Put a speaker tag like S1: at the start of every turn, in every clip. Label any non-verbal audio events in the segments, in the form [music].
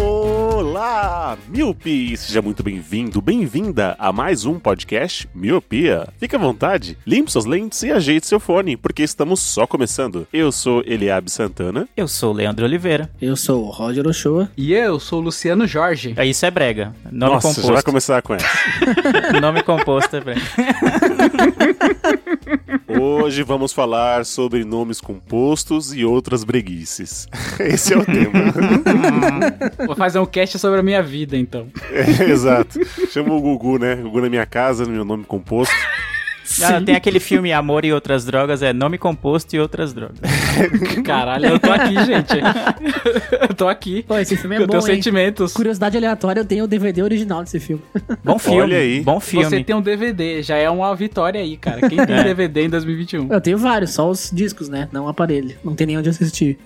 S1: Olá, Miopi! Seja muito bem-vindo, bem-vinda a mais um podcast Miopia. Fique à vontade, limpe suas lentes e ajeite seu fone, porque estamos só começando. Eu sou Eliabe Santana.
S2: Eu sou o Leandro Oliveira.
S3: Eu sou o Roger Ochoa.
S4: E eu sou o Luciano Jorge.
S2: Aí Isso é brega. Nome
S1: Nossa, já vai
S2: composto.
S1: começar com essa.
S2: [laughs] Nome composto é
S1: [laughs]
S2: brega.
S1: Hoje vamos falar sobre nomes compostos e outras breguices. [laughs] Esse é o tema.
S4: [laughs] Vou fazer um cast sobre a minha vida, [laughs] então.
S1: É, exato. Chama o Gugu, né? Gugu na minha casa, no meu nome composto.
S2: Ah, tem aquele filme Amor e Outras Drogas, é Nome Composto e Outras Drogas.
S4: Caralho, eu tô aqui, gente. [laughs] Eu tô aqui.
S3: Pô, esse filme é
S4: eu
S3: bom,
S4: tenho
S3: hein?
S4: sentimentos.
S3: Curiosidade aleatória, eu tenho o DVD original desse filme.
S2: Bom filme.
S1: Olha aí.
S2: Bom filme.
S4: Você tem um DVD, já é uma vitória aí, cara. Quem [laughs] tem DVD em 2021?
S3: [laughs] Eu tenho vários, só os discos, né? Não o aparelho. Não tem nem onde assistir.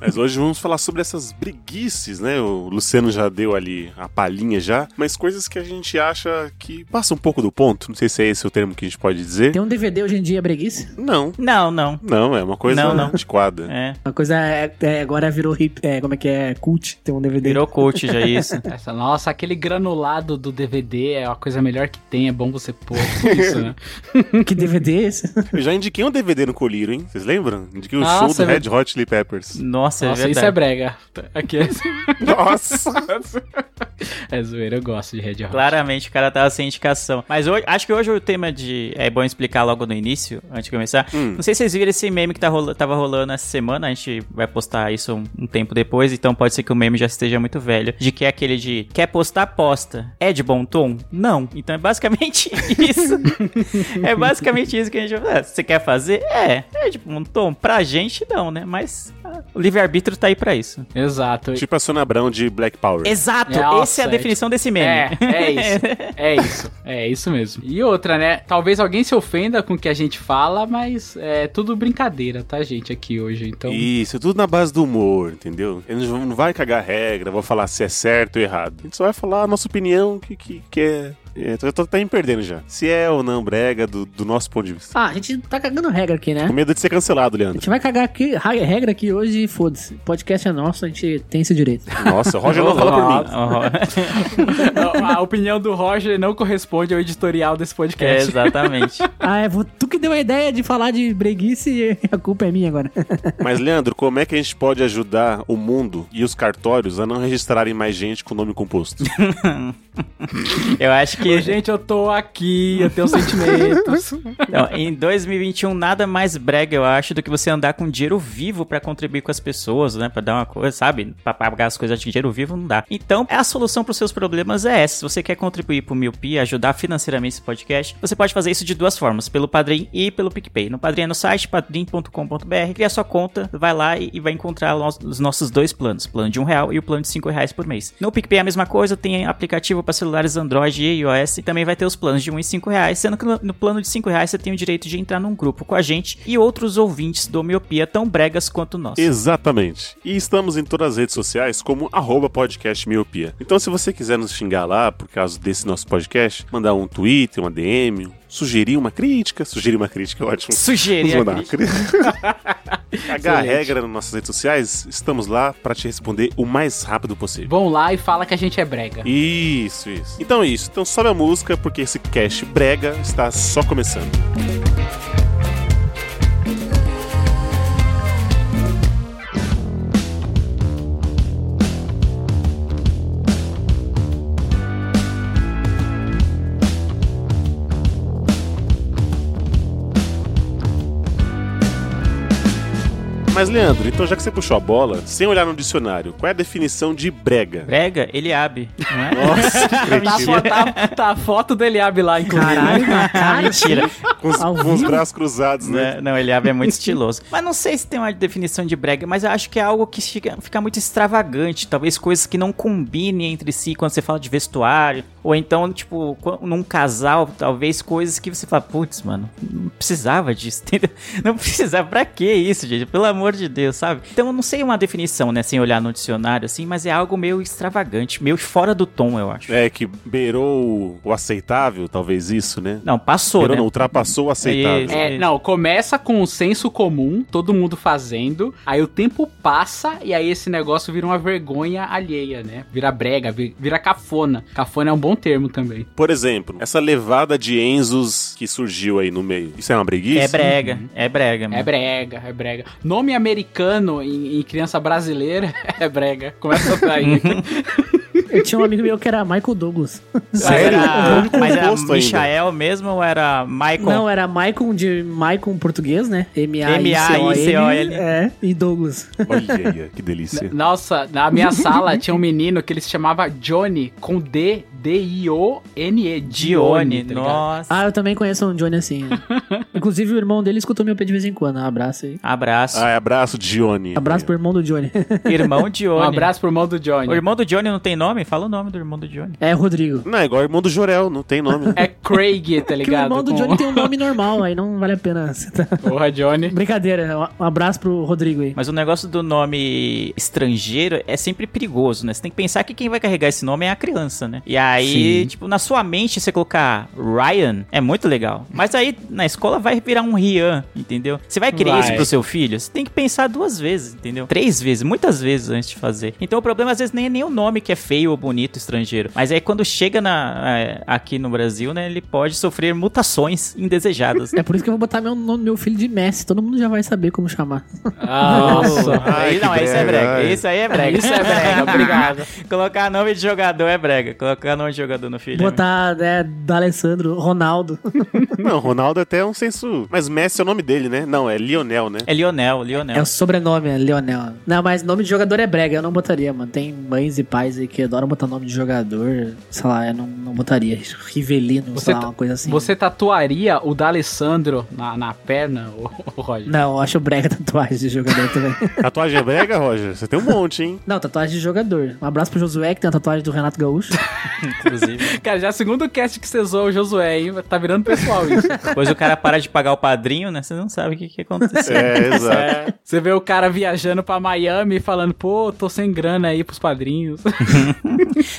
S1: Mas hoje vamos falar sobre essas breguices, né? O Luciano já deu ali a palhinha já, mas coisas que a gente acha que passa um pouco do ponto. Não sei se é esse o termo que a gente pode dizer.
S3: Tem um DVD hoje em dia, breguice?
S1: Não.
S4: um
S2: Não, não.
S1: Não, é uma coisa
S2: Não, não.
S1: antiquada.
S2: É.
S3: Uma coisa é, é, agora virou hip, é, como é que é? Cult, tem um DVD.
S2: Virou coach já
S4: [laughs]
S2: isso.
S4: Essa, nossa, aquele granulado do DVD é a coisa melhor que tem, é bom você pôr isso, né?
S3: Que DVD é esse?
S1: Eu já indiquei um DVD no Colírio, hein? Vocês lembram? Indiquei o
S4: Nossa,
S1: show do
S4: é
S1: Red Hot Chili
S2: [laughs]
S1: Peppers.
S2: Nossa,
S4: Nossa,
S2: é
S4: [laughs] isso é
S2: verdade.
S4: brega. Aqui é... [laughs]
S1: Nossa!
S4: é zoeira, eu gosto de Red Hot.
S2: Claramente o cara tava sem indicação. Mas hoje, acho que hoje o tema de. É bom explicar logo no início, antes de começar.
S4: Hum.
S2: Não sei se vocês viram esse meme que tá rola- tava rolando essa semana. A gente vai postar isso um, um tempo depois, então pode ser que o meme já esteja muito velho. De que é aquele de quer postar, posta. É de bom tom? Não. Então é basicamente [laughs] isso. é basicamente isso que a gente vai falar. Você quer fazer? É. É de bom tom? Pra gente, não, né? Mas ah, o livre-arbítrio tá aí pra isso.
S4: Exato.
S1: tipo a Sônia Brown de Black Power.
S2: Exato! Essa
S4: Nossa,
S2: é a
S4: é
S2: definição desse meme.
S4: É,
S2: [laughs]
S4: é isso. É isso. É isso mesmo. E outra, né? Talvez alguém se ofenda com o que a gente fala, mas é tudo brincadeira, tá, gente, aqui hoje. Então.
S1: Isso, tudo na base do humor, entendeu? A gente não vai cagar regra, vou falar se é certo ou errado. A gente só vai falar a nossa opinião, que, que, que é. é, Eu tô até me perdendo já. Se é ou não brega, do, do nosso ponto de vista.
S3: [laughs] Ah, a gente tá cagando regra aqui, né?
S1: Com medo de ser cancelado,
S3: A
S4: é?
S1: Leandro.
S3: [laughs] gente vai cagar aqui, ra- regra aqui hoje e foda-se. Podcast é nosso, a gente tem esse direito.
S1: Nossa, o Roger não fala por mim.
S4: [laughs] a a opinião do Roger não corresponde ao editorial
S2: [laughs]
S4: desse
S2: É,
S4: podcast.
S2: exatamente.
S3: [laughs] ah, é vo- tu que deu a ideia de falar de breguice e a culpa é minha agora. [laughs]
S1: Mas, Leandro, como é que a gente pode ajudar o mundo e os cartórios a não registrarem mais gente com nome composto?
S2: Eu acho que
S4: Gente, eu tô aqui, eu tenho sentimentos.
S2: Não, em 2021 nada mais brega, eu acho, do que você andar com dinheiro vivo pra contribuir com as pessoas, né, Pra dar uma coisa, sabe? Pra pagar as coisas de dinheiro vivo não dá. Então, a solução pros seus problemas é essa. Se você quer contribuir pro Miopia, ajudar financeiramente esse podcast, você pode fazer isso de duas formas, pelo Padrim e pelo PicPay. No Padrim é no site padrim.com.br, cria sua conta, vai lá e, e vai encontrar los- os nossos dois planos, o plano de um real e o plano de cinco reais por mês. No PicPay é a mesma coisa, tem aplicativo para celulares Android e iOS e também vai ter os planos de um e cinco reais, sendo que no- no plano de cinco reais você tem o direito de entrar num grupo com a gente e outros ouvintes do Miopia tão bregas quanto nós.
S1: Exatamente. E estamos em todas as redes sociais como arroba podcast miopia. Então se você quiser nos xingar lá por causa desse nosso podcast, mandar um Twitter, uma DM, sugerir uma crítica, sugerir uma crítica é ótimo.
S2: Sugerir
S1: Vamos
S2: a
S1: mandar uma
S2: crítica. [laughs]
S1: crítica. Cagar a regra nas nossas redes sociais, estamos lá para te responder o mais rápido possível.
S4: Vão lá e fala que a gente é brega.
S1: Isso, isso. Então é isso. Então sobe a música, porque esse cast brega está só começando. Mas, Leandro, então já que você puxou a bola, sem olhar no dicionário, qual é a definição de brega?
S2: Brega, ele abre, não é? [laughs]
S1: Nossa,
S4: Tá, a fo-
S1: cretino.
S4: tá- tá a foto do Eliabe lá, inclusive.
S3: Caralho, na
S2: Ah,
S3: [laughs] cara.
S2: mentira.
S1: com, os,
S3: Ao
S1: com os
S3: vivo?
S1: braços cruzados, né?
S2: Né? Não, ele abre é muito estiloso. Mas não sei se tem uma definição de brega, mas eu acho que é algo que fica, fica muito extravagante. Talvez coisas que não combinem entre si quando você fala de vestuário. Ou então, tipo, qu- num casal, talvez coisas que você fala, putz, mano, não precisava disso, [laughs] entendeu? Não precisava. Pra que isso, gente? Pelo amor de Deus, sabe? Então, eu não sei uma definição, né, sem olhar no dicionário, assim, mas é algo meio extravagante, meio fora do tom, eu acho.
S1: É, que beirou o aceitável, talvez isso, né?
S2: Não, passou,
S1: Beirou,
S2: né?
S1: não, ultrapassou o aceitável.
S2: Isso.
S4: É, não, começa com o senso comum, todo mundo fazendo, aí o tempo passa e aí esse negócio vira uma vergonha alheia, né? Vira brega, vi- vira cafona. Cafona é um bom termo também.
S1: Por exemplo, essa levada de Enzos que surgiu aí no meio. Isso é uma breguice?
S2: É brega, é brega, mano.
S4: É brega, é brega. Nome americano em, em criança brasileira [laughs] é brega. Começa daí.
S3: Eu tinha um amigo meu que era Michael Douglas.
S1: Sério?
S2: Mas era,
S1: Nome
S2: mas era
S1: composto ainda.
S2: Michael mesmo ou era Michael?
S3: Não, era Michael de Michael em português, né?
S2: M-A-I-C-O-L.
S3: M-A-I-C-O-L. É, e Douglas.
S1: Olha aí, que delícia.
S4: Nossa, na minha sala tinha um menino que ele se chamava Johnny com D, D-I-O-N-E.
S2: Dione,
S4: tá ligado?
S2: nossa.
S3: Ah, eu também conheço um Johnny assim. Inclusive, o irmão dele escutou meu pé de vez em quando. Um abraço aí.
S2: Abraço.
S1: Ah, abraço, Dione.
S3: Abraço pro irmão do Johnny. [laughs]
S2: Irmão
S4: Um
S2: Dione.
S4: abraço pro irmão do Johnny.
S2: O irmão do Johnny não tem nome? Fala o nome do irmão do Johnny.
S3: É, Rodrigo.
S1: Não, é igual irmão do Jorel, não tem nome. né?
S4: É Craig,
S3: [laughs] Que
S4: tá
S3: o
S4: ligado?
S3: irmão do
S4: Com-
S3: Johnny tem um nome normal, aí não vale a pena. citar.
S4: [laughs] Porra, Johnny.
S3: [laughs] Brincadeira, um abraço pro Rodrigo aí.
S2: Mas o negócio do nome estrangeiro é sempre perigoso, né? Você tem que pensar que quem vai carregar esse nome é a criança, né? E aí,
S3: Sim.
S2: tipo, na sua mente você colocar Ryan é muito legal. Mas aí na escola vai virar um Rian, entendeu? Você vai querer
S4: Vai.
S2: isso pro seu filho? Você tem que pensar duas vezes, entendeu? Três vezes, muitas vezes antes de fazer. Então o problema às vezes nem é nem o nome que é feio ou bonito estrangeiro. Mas aí quando chega na, é, aqui no Brasil, né? Ele pode sofrer mutações indesejadas. né?
S3: É por isso que eu vou botar meu, nome- meu filho de Messi. Todo mundo já vai saber como chamar.
S4: Nossa.
S1: Ai,
S2: Aí-
S1: que
S2: não, isso é
S1: brega,
S2: brega.
S1: ai.
S2: Isso aí é brega.
S4: Isso é [laughs] brega, obrigado.
S2: Colocar nome de jogador é brega. Colocar nome de jogador no filho. é
S3: Botar, né, D'Alessandro, Ronaldo.
S1: Não, Ronaldo até é um senso. Mas Messi é o nome dele, né? Não, é Lionel, né?
S2: É Lionel, Lionel.
S3: É o sobrenome, é Leonel. Não, mas nome de jogador é brega, eu não botaria, mano. Tem mães e pais aí que adoram botar nome de jogador. Sei lá, eu não, não botaria. Rivelino,
S4: Você
S3: sei lá,
S4: tá-
S3: uma coisa assim.
S4: Você tatuaria o D'Alessandro na, na perna, ô,
S3: [laughs]
S4: ô, Roger?
S3: Não, eu acho brega tatuagem de jogador também.
S1: Tatuagem é brega, Roger? Você tem um monte,
S3: [laughs]
S1: hein?
S3: não, tatuagem de jogador. Um abraço pro Josué, que tem a tatuagem do Renato Gaúcho.
S2: Inclusive.
S4: Cara, já é o segundo cast que você zoa o Josué, hein? Tá virando
S3: [laughs]
S4: pessoal isso.
S2: Depois o cara para de pagar o padrinho, né? Você não sabe o que,
S1: [laughs]
S2: que aconteceu.
S1: É, exato.
S4: Você vê o cara viajando pra Miami e falando, pô, tô sem grana aí pros padrinhos.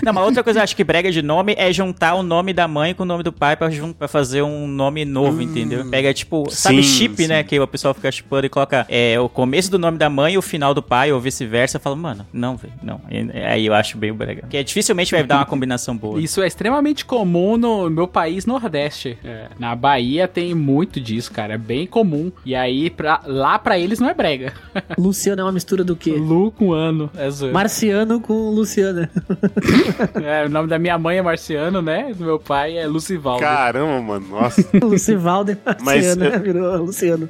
S2: Não, mas outra coisa que eu acho que brega de nome é juntar o nome da mãe com o nome do pai pra, jun- pra fazer um nome novo, entendeu? Pega tipo,
S1: Sim,
S2: sabe chip,
S1: sim.
S2: né? Que o pessoal fica chipando e coloca é, o começo do nome da mãe e o final do pai, ou vice-versa. Fala, mano, não, velho, não. E- Aí eu acho bem o brega. Porque dificilmente vai dar uma combinação boa.
S4: [laughs] Isso é extremamente comum no meu país Nordeste. É, Na Bahia tem muito disso, cara. É bem comum. E aí, pra- lá pra eles não é brega.
S3: Luciano é uma mistura do quê?
S4: Lu com ano. É zoeira.
S3: Marciano com Luciana.
S4: É, o nome da minha mãe é Marciano, né? Do meu pai é Lucivaldo.
S1: Caramba, mano. Nossa.
S3: [laughs] Lucivaldo e
S1: Mas,
S3: Marciano, né? virou Luciano.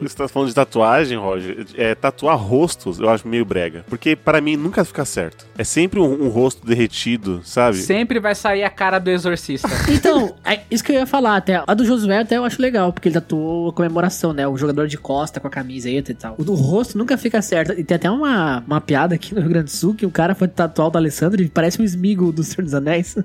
S1: Você tá falando de tatuagem, Roger? É, tatuar rostos eu acho meio brega. Porque pra mim nunca fica certo. É sempre um, um rosto derretido, sabe?
S4: Sempre vai sair a cara do exorcista.
S1: [laughs]
S3: Então, é isso que eu ia falar até. A do Josué até eu acho legal, porque ele tatuou a comemoração, né? O jogador de costa com a camiseta e tal. O do rosto nunca fica certo. E tem até uma, uma piada aqui no Rio Grande do Sul que o cara foi tatuar o do Alessandro e parece um esmigo do Senhor dos Anéis.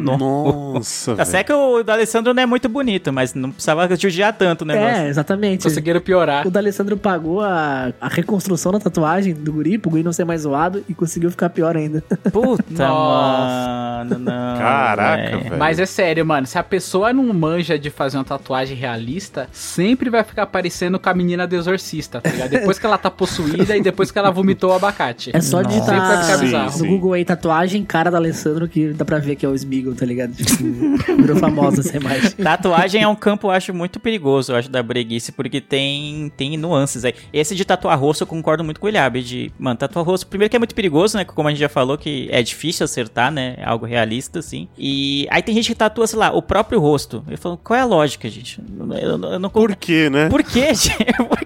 S1: Nossa,
S2: [laughs] Tá
S1: velho.
S2: certo que o do Alessandro não é muito bonito, mas não precisava judiar tanto o negócio.
S3: É, exatamente.
S4: Conseguiram piorar.
S3: O da Alessandro pagou a, a reconstrução da tatuagem do guri, pro guri não ser mais zoado, e conseguiu ficar pior ainda.
S2: Puta,
S4: Nossa.
S2: mano, não.
S1: Caraca,
S2: velho.
S1: velho.
S4: Mas é sério, mano. Se a pessoa não manja de fazer uma tatuagem realista, sempre vai ficar parecendo com a menina do exorcista, tá ligado? Depois que ela tá possuída e depois que ela vomitou o abacate.
S3: É só
S2: Nossa.
S4: Sempre vai ficar
S3: digitar
S4: bizarro.
S3: no
S1: Sim.
S3: Google aí tatuagem cara da Alessandro, que dá pra ver que é o Smiggle, tá ligado? Tipo, virou famosa essa imagem.
S2: Tatuagem é um campo, eu acho, muito perigoso, eu acho, da breguice, porque tem, tem nuances aí. Esse de tatuar rosto, eu concordo muito com o Ilhabe, de, mano, tatuar rosto, primeiro que é muito perigoso, né, como a gente já falou, que é difícil acertar, né, é algo realista, assim. E aí tem gente que tatua, sei lá, [laughs] o próprio rosto. Eu falo, qual é a lógica, gente? Eu, eu- eu não...
S1: Por quê, né?
S2: Por quê, gente? Por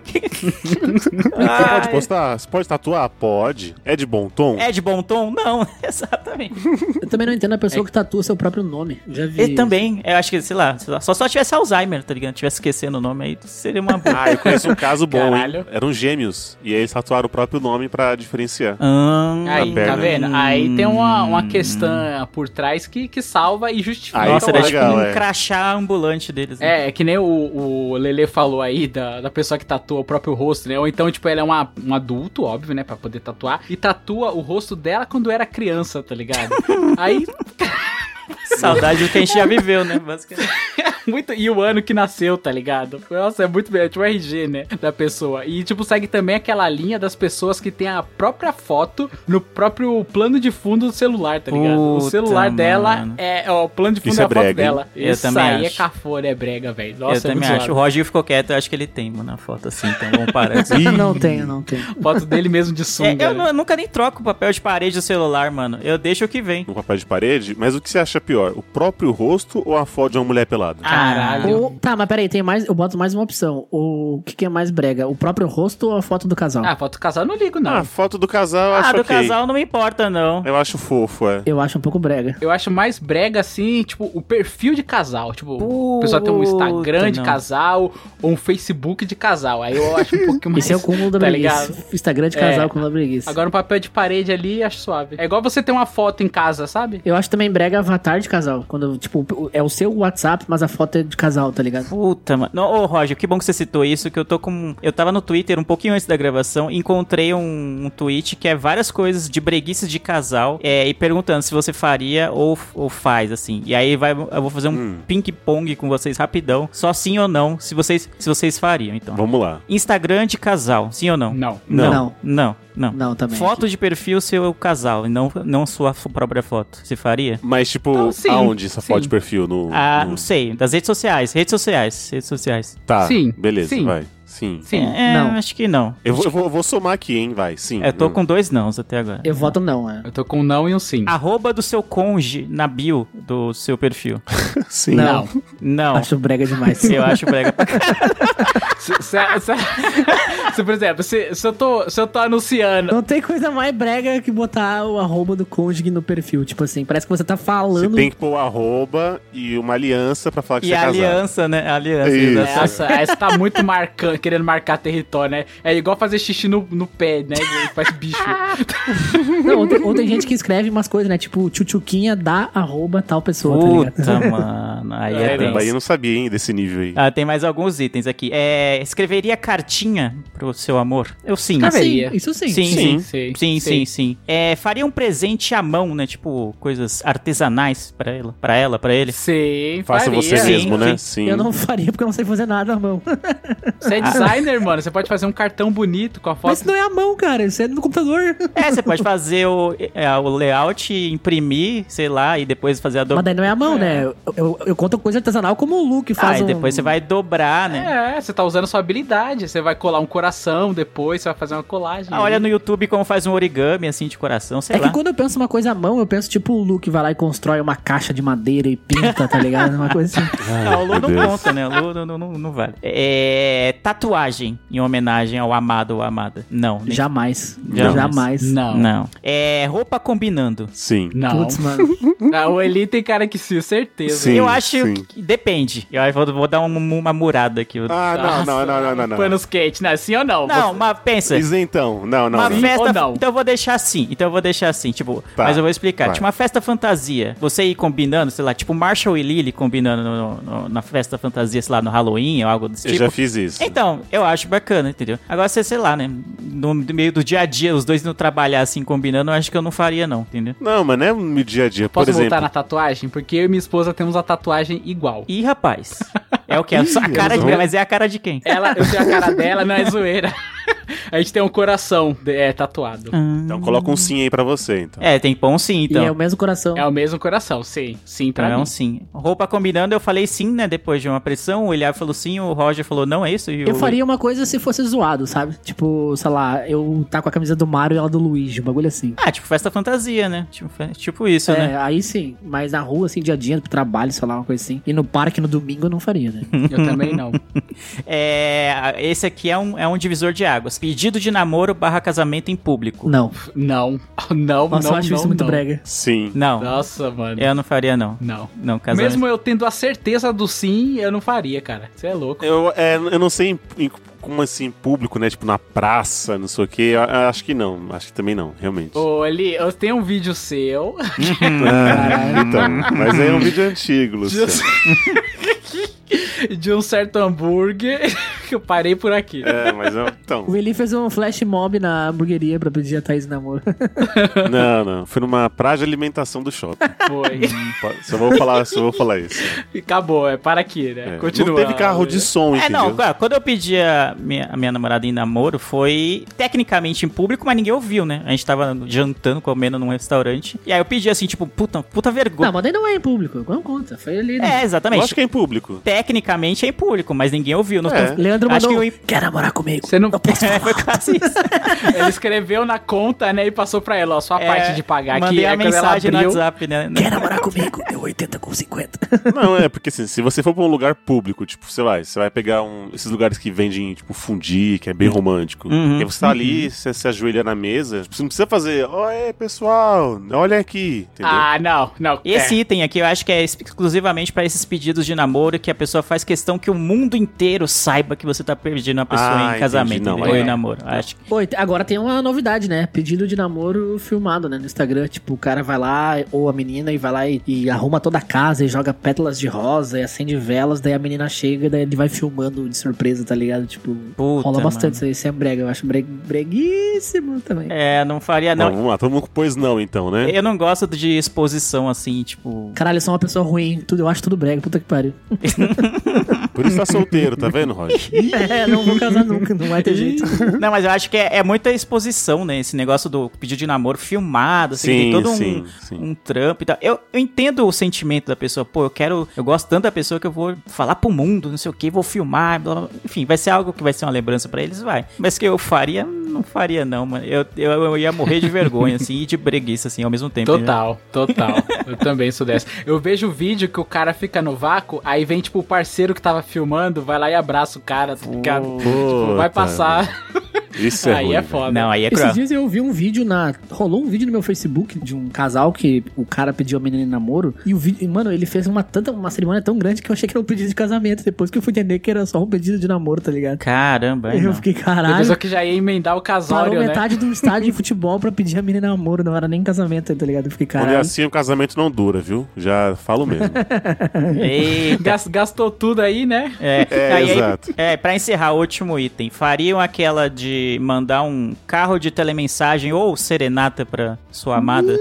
S1: Você pode postar? Você pode tatuar? Pode. É de bom tom?
S2: É de bom tom? Não, [laughs] exatamente.
S3: Eu também não entendo a pessoa que tatua seu próprio nome. Já vi.
S2: E [laughs] também, eu acho que, sei lá, sei lá, só se ela tivesse Alzheimer, tá ligado? Tivesse esquecendo o nome aí, seria
S1: [laughs]
S2: uma boa.
S1: Ah, eu conheço um caso bom, hein?
S4: Caralho.
S1: Eram gêmeos. E aí eles tatuaram o próprio nome pra diferenciar.
S2: Ahn,
S4: Aí,
S1: perna. Hum.
S4: tá vendo? Aí tem uma, uma questão por trás que, que salva e justifica.
S1: Aí
S2: nossa,
S1: tá
S2: era
S1: legal,
S2: tipo um
S1: é.
S2: crachá ambulante deles. né?
S4: É, é que nem o, o Lele falou aí da, da pessoa que tatua o próprio rosto, né? Ou então, tipo, ela é uma, um adulto, óbvio, né? Pra poder tatuar. E tatua o rosto dela quando era criança,
S2: [laughs]
S4: tá ligado? aí,
S2: Saudade do que a gente já viveu, né? Basicamente.
S4: muito. E o ano que nasceu, tá ligado? Nossa, é muito bem. É tipo o RG, né? Da pessoa. E, tipo, segue também aquela linha das pessoas que tem a própria foto no próprio plano de fundo do celular, tá ligado? o
S2: Puta,
S4: celular dela
S2: mano.
S4: é. Ó, o plano de fundo
S1: Isso
S4: é
S1: é
S4: a foto
S1: brega, hein?
S4: dela.
S2: Eu
S4: Isso
S2: também
S4: aí
S2: acho.
S4: é cafona, é brega, velho.
S2: Eu
S4: Nossa, é
S2: também
S4: muito
S2: acho. O
S4: zoado.
S2: Roger ficou quieto, eu acho que ele tem, mano, a foto assim. Então vamos parar
S1: [laughs]
S2: disso.
S3: não tenho, não tenho.
S4: Foto dele mesmo de sunga.
S2: [laughs] É, eu,
S4: né?
S2: nu- eu nunca nem troco o papel de parede do celular, mano. Eu deixo o que vem.
S1: No papel de parede. Mas o que você acha pior? O próprio rosto ou a foto de uma mulher pelada?
S2: Ah,
S4: Caralho.
S3: Ou- tá, mas peraí, tem mais. Eu boto mais uma opção. O que, que é mais brega? O próprio rosto ou a foto do casal?
S4: Ah, foto do casal eu não ligo, não.
S1: Ah, a foto do casal eu
S2: Ah,
S1: acho
S2: do
S1: ok.
S2: casal não me importa, não.
S1: Eu acho fofo, é.
S3: Eu acho um pouco brega.
S4: Eu acho mais brega, assim, tipo, o perfil de casal. Tipo, o pessoal tem um Instagram de
S2: não.
S4: casal ou um Facebook de casal. Aí eu acho um pouquinho
S3: [laughs]
S4: mais...
S3: Esse é o cúmulo da
S4: [laughs] tá
S3: breguice.
S4: ligado?
S3: Instagram de
S4: É.
S3: casal com cúmulo da breguice.
S4: Agora um papel de parede ali, acho suave. É igual você ter uma foto em casa, sabe?
S3: Eu acho também brega avatar de casal. Quando, tipo, é o seu WhatsApp, mas a foto é de casal, tá ligado?
S2: Puta, mano. Não, Ô, Roger, que bom que você citou isso, que eu tô com... Eu tava no Twitter um pouquinho antes da gravação, encontrei um, um tweet que é várias coisas de breguices de casal, é, e perguntando se você faria ou, ou faz, assim. E aí vai, eu vou fazer um ping-pong com vocês rapidão, só sim ou não, se vocês, se vocês fariam, então.
S1: Vamos lá.
S2: Instagram de casal, sim ou não?
S4: Não.
S2: Não.
S3: Não.
S2: Não, não.
S3: Não, também.
S2: Foto de perfil seu casal, e não, não sua f- própria foto. Você faria?
S1: Mas, tipo,
S4: Não, sim,
S1: aonde essa foto
S4: sim.
S1: de perfil? No,
S2: Ah,
S1: no-
S2: não sei. Das redes sociais, redes sociais, redes sociais.
S1: Tá,
S4: Sim,
S1: beleza,
S4: sim.
S1: vai. Sim.
S4: Sim.
S2: É,
S3: Não.
S2: acho que não.
S1: Eu vou, eu vou- eu vou somar aqui, hein, vai. Sim.
S2: Eu É, tô
S1: Hum.
S2: com dois nãos até agora.
S3: Eu voto não, é.
S4: Eu tô com um não e um sim.
S2: Arroba do seu conge na bio do seu perfil.
S1: [laughs] Sim.
S3: Não.
S2: Não.
S3: Acho brega demais.
S2: [laughs] Eu acho brega pra caralho.
S4: [laughs] se, se- se- se, por exemplo, se, se eu tô, se eu tô anunciando...
S3: Não tem coisa mais brega que botar o arroba do cônjuge no perfil. Tipo assim, parece que você tá
S1: Você
S3: falando.
S1: tem que pôr o arroba e uma aliança pra falar que
S2: E
S1: você é
S2: a
S1: casado.
S2: aliança, né? A aliança.
S1: Isso.
S2: exato.
S4: Essa, essa tá muito marcando, querendo marcar território, né? É igual fazer xixi no, no pé, né? Faz bicho.
S3: Não, ou, tem, ou tem gente que escreve umas coisas, né? Tipo, tchutchuquinha da arroba tal pessoa, tá ligado?
S2: Puta, [laughs] mano. Aí é,
S4: Caramba,
S2: tenso.
S1: Caramba, aí eu não sabia, hein, desse nível aí.
S2: Ah, tem mais alguns itens aqui. É, escreveria cartinha pro seu amor? Eu sim.
S4: Cara,
S3: Sim,
S4: Deveria.
S3: Assim, isso sim.
S2: Sim,
S1: Sim.
S2: sim.
S4: Sei,
S2: Sim, sim,
S4: sei.
S2: sim. É, faria um presente à mão, né? Tipo, coisas artesanais pra ela, pra ela, pra ele.
S4: Sim,
S1: Faça
S4: faria.
S1: você
S2: Sim,
S1: mesmo, né?
S2: sim.
S1: Sim.
S3: Eu não faria porque eu não sei fazer nada à mão.
S4: Você é designer, mano. Você pode fazer um cartão bonito com a
S3: Mas
S4: foto.
S3: isso não é a mão, cara. Isso é no computador.
S2: É, você pode fazer o, é, o layout, imprimir, sei lá, e depois fazer a
S3: Mas
S2: dobra.
S3: daí não é a mão, né? Eu, eu, eu conto coisa artesanal como o Luke faz.
S2: Ah, e
S3: um-
S2: depois você vai dobrar, né?
S4: É, você tá usando sua habilidade. Você vai colar um coração depois, você vai fazer uma colagem.
S2: Ah, olha no YouTube como faz um origami, assim, de coração, sei
S3: É
S2: lá.
S3: que quando eu penso uma coisa à mão, eu penso tipo o Luke vai lá e constrói uma caixa de madeira e pinta, tá ligado? Uma coisa
S2: [laughs]
S3: assim.
S2: Não, o Lu
S1: Meu
S2: não
S1: Deus.
S2: conta, né? O Lu não, não, não, não vale. É, tatuagem em homenagem ao amado ou amada. Não, nem-
S3: Jamais.
S2: Jamais.
S3: Jamais.
S4: Não.
S2: Não. É, roupa combinando.
S1: Sim.
S4: Não.
S3: Putz, mano.
S4: Ah, o Eli tem cara que sim, certeza.
S1: Sim.
S2: eu acho
S1: sim.
S2: que depende. Eu vou, vou dar um- uma murada aqui.
S1: Ah, não, não, não, não, não, não.
S4: Panos quente, né? Sim ou não?
S2: não, mas pensa.
S1: Isentão. Não, não,
S2: Uma
S1: não.
S2: festa.
S4: Ou não?
S2: Então eu vou deixar assim. Então eu vou deixar assim. Tipo,
S1: Tá.
S2: mas eu vou explicar.
S1: Vai.
S2: Tipo, uma festa fantasia. Você ir combinando, sei lá, tipo Marshall e Lily combinando no- no- na festa fantasia, sei lá, no Halloween ou algo desse
S1: Eu
S2: tipo.
S1: já fiz isso.
S2: Então, eu acho bacana, entendeu? Agora, você, sei lá, né? No meio do dia a dia, os dois não trabalhar assim, combinando, eu acho que eu não faria, não, entendeu?
S1: Não, mas não é no dia a dia. Por
S4: Posso
S1: exemplo,
S4: voltar na tatuagem? Porque eu e minha esposa temos a tatuagem igual.
S2: Ih, rapaz. É o que?
S1: [laughs]
S2: É a cara de...
S1: vamos-
S2: Mas é a cara de quem?
S4: Ela, eu tenho a cara dela, não é zoeira. A gente tem um coração é, tatuado.
S1: então coloca um sim aí pra você, então.
S2: [laughs] É, tem pão sim, então.
S3: E é o mesmo coração.
S4: É o mesmo coração, sim. Sim, pra
S2: Então,
S4: mim.
S2: sim. Roupa combinando, eu falei sim, né? Depois de uma pressão, o Eliab falou sim, o Roger falou não, é isso? E
S3: Eu
S2: o-
S3: faria uma coisa se fosse zoado, sabe? Tipo, sei lá, eu tá com a camisa do Mario e ela do Luigi, um bagulho assim.
S2: Ah, tipo festa fantasia, né? Tipo, fe- tipo isso,
S3: É,
S2: né?
S3: aí sim, mas na rua, assim, dia a dia, pro trabalho, sei lá, uma coisa assim. E no parque no domingo eu não faria, né?
S4: Eu também não.
S2: É, esse aqui é um, é um divisor de águas. Pedido de namoro barra casamento em público.
S3: Não.
S4: Não, [laughs] não,
S3: Nossa,
S4: não,
S3: eu acho
S4: não,
S3: isso muito
S4: não.
S2: É.
S3: brega. É.
S1: Sim.
S2: Não,
S4: Nossa, mano.
S2: eu não faria não.
S4: Não.
S2: Não, casamento.
S3: né?
S4: Mesmo eu tendo a certeza do sim, eu não faria, cara. Você é louco.
S1: Eu, é, eu não sei em- em- como assim, em público, né? Tipo, na praça, não sei o quê. Eu- eu acho que não. Acho que também não, realmente.
S3: É.
S4: Ô, Eli, eu tenho um vídeo seu. [laughs]
S1: Ah, então, mas aí é um vídeo antigo, [laughs] Luciano.
S4: de um certo hambúrguer [laughs] que eu parei por aqui.
S1: É, mas eu, então.
S3: O Eli fez um flash mob na hamburgueria pra pedir a Thaís em namoro. [laughs]
S1: Não, não. Foi numa praia de alimentação do shopping.
S4: Foi.
S3: Hum.
S1: Só vou falar, só vou falar isso.
S4: E [laughs] Acabou, é para aqui, né?
S1: É,
S4: Continua.
S1: Não teve carro de som,
S2: É,
S1: entendeu?
S2: não, cara, quando eu pedi a minha, a minha namorada em namoro, foi tecnicamente em público, mas ninguém ouviu, né? A gente tava jantando, comendo num restaurante. E aí eu pedi assim, tipo, puta, puta vergonha.
S3: Não, mas daí não é em público. Não conta. Foi ali. né?
S2: é,
S1: eu
S2: exatamente.
S1: acho que é em público.
S2: Tecnicamente é em público, mas ninguém ouviu. Não
S1: É.
S2: tô- [laughs]
S3: Leandro
S2: Acho
S3: mandou.
S2: que eu-
S3: um, Quer namorar comigo?
S4: [laughs] Você não-
S3: Eu posso falar.
S2: Foi quase isso.
S4: [laughs] Ele escreveu na conta, né? E passou pra ela, ó, só a
S3: É,
S4: parte de pagar
S2: É, Mandei
S4: aqui.
S2: a
S4: Aí quando ela
S2: mensagem no
S4: abriu,
S2: WhatsApp, né?
S3: Quer namorar comigo? Eu 80 com 50.
S1: Não, é porque assim, se você for pra um lugar público, tipo, sei lá, você vai pegar um. Esses lugares que vendem, tipo, fundi, que é bem romântico.
S2: Uhum.
S1: E você tá ali, você se ajoelha na mesa. Tipo, você não precisa fazer, oi, pessoal, olha aqui. Entendeu?
S4: Ah, não, não.
S2: Esse
S4: é.
S2: item aqui eu acho que é ex- exclusivamente pra esses pedidos de namoro que a pessoa faz questão que o mundo inteiro saiba que você tá pedindo uma pessoa
S1: Ah, entendi.
S2: em casamento
S1: Não,
S2: entendeu?
S4: aí
S2: em
S4: não.
S2: namoro. Acho que
S3: Oi, agora tem uma novidade, né? Pedido de namoro filmado, né? No Instagram. Tipo, o cara vai lá, ou a menina, e vai lá e, e arruma toda a casa e joga pétalas de rosa e acende velas. Daí a menina chega, daí ele vai filmando de surpresa, tá ligado? Tipo,
S2: Puta,
S3: rola bastante
S2: mano.
S3: isso aí. Isso é brega, eu acho bre- breguíssimo também.
S2: É, não faria
S1: Bom,
S2: não.
S1: vamos lá, todo mundo com pois não, então, né?
S2: Eu não gosto de exposição assim,
S1: [laughs]
S2: tipo.
S3: Caralho, eu sou uma pessoa ruim. Tudo, eu acho tudo brega, puta que pariu.
S1: Por isso tá solteiro, tá vendo,
S2: [laughs]
S1: Roger?
S3: [laughs] é, não vou casar nunca, não vai ter jeito.
S2: Não, mas eu acho que é, é muita exposição, né? Esse negócio do pedido de namoro filmado, assim,
S1: Sim,
S2: tem todo
S1: sim,
S2: um,
S1: sim.
S2: um trampo e tal. Eu, eu entendo o sentimento da pessoa, pô, eu quero, eu gosto tanto da pessoa que eu vou falar pro mundo, não sei o que, vou filmar, blá, blá, blá. enfim, vai ser algo que vai ser uma lembrança pra eles, vai. Mas que eu faria, não faria não, mano. Eu, eu, eu ia morrer de vergonha, assim, [laughs] e de preguiça, assim, ao mesmo tempo. né?
S4: Total, total. Eu também sou dessa. Eu vejo o vídeo que o cara fica no vácuo, aí vem, tipo, o parceiro que tava filmando, vai lá e abraça o cara, tá ligado? Tipo, vai
S1: Puta.
S4: passar.
S1: Isso é
S4: aí
S1: ruim,
S4: é
S1: velho.
S4: foda.
S2: Não, aí é
S3: né? Esses
S2: cruel.
S3: dias eu vi um vídeo na. Rolou um vídeo no meu Facebook de um casal que o cara pediu a menina em namoro. E o vídeo. e, Mano, ele fez uma tanta. Uma cerimônia tão grande que eu achei que era um pedido de casamento. Depois que eu fui entender que era só um pedido de namoro, tá ligado?
S2: Caramba, aí
S3: eu
S2: É, não.
S3: fiquei,
S4: Tem
S3: caralho.
S4: pessoa que já ia emendar o
S3: Parou
S4: casório, é né?
S3: metade do estádio de futebol pra pedir a menina em namoro. Não era nem casamento, tá ligado? Eu fiquei,
S1: Onde
S3: caralho.
S1: assim o casamento não dura, viu? Já falo
S2: [laughs]
S1: mesmo.
S2: Eita.
S4: Gas- gastou tudo aí, né?
S2: É,
S1: É,
S2: aí-
S1: exato.
S2: é, pra encerrar, o último item. Fariam aquela de mandar um carro de telemensagem ou serenata pra sua amada?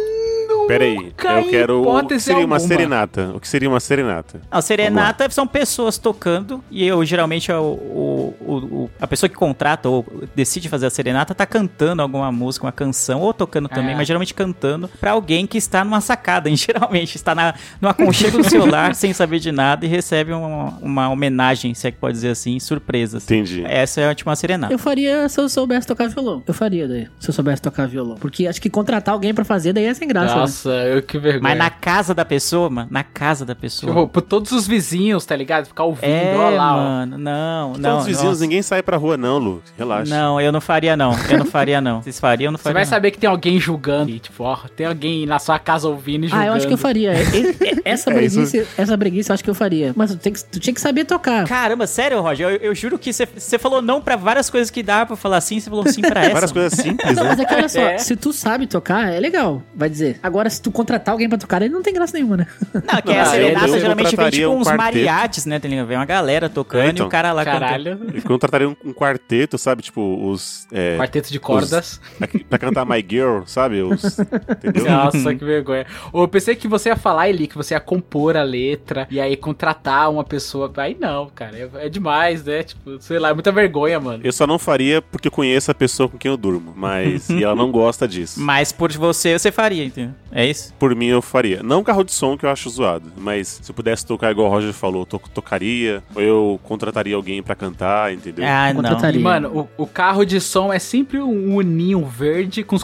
S1: Peraí,
S4: Nunca
S1: eu quero. O que
S4: hipótese
S1: seria uma
S4: alguma.
S1: serenata? O que seria uma serenata?
S2: Não, serenata são pessoas tocando e eu geralmente é o- o- o- o- a pessoa que contrata ou decide fazer a serenata tá cantando alguma música, uma canção ou tocando também,
S4: É.
S2: mas geralmente cantando pra alguém que está numa sacada, [laughs] e geralmente está na, no aconchego do celular sem saber de nada e recebe uma, uma homenagem, se é que pode dizer assim, surpresa. assim.
S1: Entendi.
S2: Essa é a última serenata.
S3: Eu faria se eu soubesse tocar violão. Eu faria daí, se eu soubesse tocar violão. Porque acho que contratar alguém pra fazer daí é sem graça. né?
S4: Nossa, eu que vergonha.
S2: Mas na casa da pessoa, mano, na casa da pessoa.
S4: Tipo, por todos os vizinhos, tá ligado? Ficar ouvindo,
S2: é,
S4: ó lá, ó.
S2: mano, não, não.
S1: Todos os vizinhos,
S2: nossa.
S1: ninguém sai pra rua, não, Lu. Relaxa.
S2: Não, eu não faria não. Eu não faria não. Vocês fariam, eu não
S4: Você
S2: faria.
S4: vai
S2: não.
S4: saber que tem alguém julgando. E, tipo, ó, tem alguém na sua casa ouvindo e julgando.
S3: Ah, eu acho que eu faria. E- e- Essa
S1: É, isso-
S3: breguice, essa breguice eu acho que eu faria. Mas tu, tem que, tu tinha que saber tocar.
S2: Caramba, sério, Roger, eu, eu juro que você falou não pra várias coisas que dava pra falar sim, você falou
S1: [laughs]
S2: sim pra essa.
S1: Várias coisas simples,
S3: [laughs] Não,
S1: né?
S3: mas é que olha só,
S4: É.
S3: se tu sabe tocar, é legal, vai dizer. Agora, se tu contratar alguém pra tocar, ele não tem graça nenhuma, né?
S2: Não, que
S1: Não,
S2: a serenata
S1: Ah, eu- eu
S2: geralmente vem
S1: contrataria
S2: tipo
S1: um
S2: uns
S1: quarteto.
S2: mariates, né? Tem vem uma galera tocando
S1: É, então.
S2: e o cara lá cantando.
S4: Caralho.
S1: Eu contrataria um, um quarteto, sabe? Tipo, os. É,
S4: Um Quarteto de cordas.
S1: pra cantar My Girl, sabe? Os, entendeu?
S4: Nossa, que vergonha. Ou eu pensei que você ia falar, Eli, que você ia compor a letra e aí contratar uma pessoa. Aí não, cara. É, é demais, né? Tipo, sei lá, é muita vergonha, mano.
S1: Eu só não faria
S4: [laughs]
S1: porque eu conheço a pessoa com quem eu durmo, mas. e ela não gosta disso.
S2: Mas por você, você faria, entendeu? É isso?
S1: Por mim, eu faria. Não carro de som, que eu acho zoado. Mas se eu pudesse tocar igual o Roger falou, eu to- tocaria. Ou eu contrataria alguém pra cantar, entendeu?
S4: É,
S2: Ah, não.
S3: Contrataria.
S4: E, mano, o, o carro de som é sempre um uninho verde com os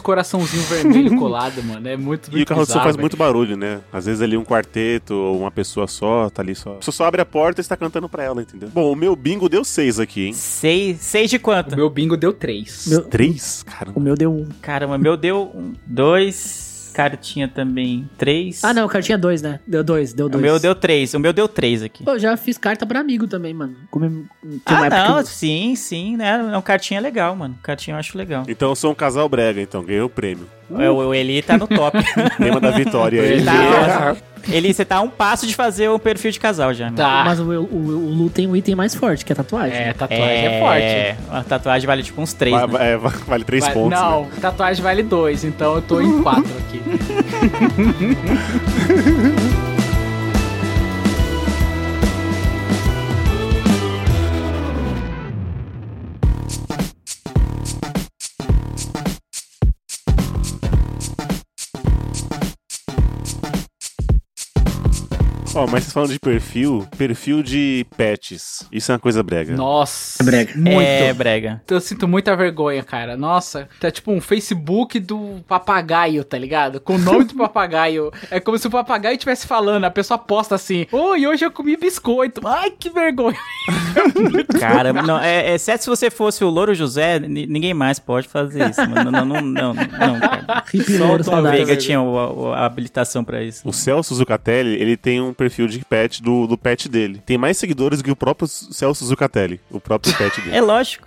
S1: [laughs]
S4: coraçãozinhos vermelho colado, mano. É muito,
S1: E o
S4: muito
S1: carro de som
S4: bizarro,
S1: faz
S4: velho.
S1: muito barulho, né? Às vezes ali um quarteto ou uma pessoa só, tá ali só. Você só abre a porta e está cantando pra ela, entendeu? Bom, o meu bingo deu seis aqui, hein?
S2: Seis, seis de
S4: O
S2: quanto?
S4: meu bingo deu três.
S3: Meu-
S1: Três? Caramba.
S3: O meu deu um.
S2: Caramba, meu deu um, dois, cartinha também três.
S3: Ah, não, cartinha dois, né? Deu dois, deu
S2: O
S3: dois. Ah,
S2: meu deu três, o meu deu três aqui.
S3: Pô, eu já fiz carta pra amigo também, mano. Como eu- tinha uma
S2: Ah,
S3: época
S2: não,
S3: que
S2: sim, sim, né? Não, cartinha é legal, mano. Cartinha eu acho legal.
S1: Então eu sou um casal brega, então. Ganhei o prêmio.
S3: Uh.
S2: É, O, o Eli tá no top.
S1: Lema da vitória aí.
S2: Ele
S4: [laughs] Tá
S2: tá, Eli, você tá a um passo de fazer um perfil de casal já. né? mano.
S3: eu-
S4: Tá.
S3: Mas o, o, o Lu tem um item mais forte, que é tatuagem.
S4: É, tatuagem é, forte.
S2: A tatuagem vale tipo uns três,
S1: Va-
S2: né?
S1: va- é, va- vale três
S4: Vai-
S1: pontos. né?
S4: não, tatuagem vale dois, então eu tô em quatro aqui.
S1: [laughs] Ó, mas vocês falando de perfil, perfil de pets. Isso é uma coisa brega.
S4: Nossa.
S3: É brega.
S4: Muito.
S2: É, brega.
S4: Eu sinto muita vergonha, cara. Nossa, tá tipo um Facebook do papagaio, tá ligado? Com o
S2: [laughs]
S4: nome do papagaio. É como se o papagaio estivesse falando, a pessoa posta assim: Oi, hoje eu comi biscoito. Ai, que vergonha. [laughs]
S2: Caramba, não, é, é, exceto se você fosse o Louro José, ni- ninguém mais pode fazer isso. mano. Não, não, não, não, não cara.
S3: Hip
S2: Só
S3: Louro,
S2: o Tom
S3: saudades.
S2: Veiga tinha o- o- a habilitação pra isso.
S1: O Celso Zucatelli, ele tem um perfil de pet do, do pet dele. Tem mais seguidores que o próprio Celso Zucatelli, o próprio pet
S4: [laughs]
S1: dele.
S2: É lógico.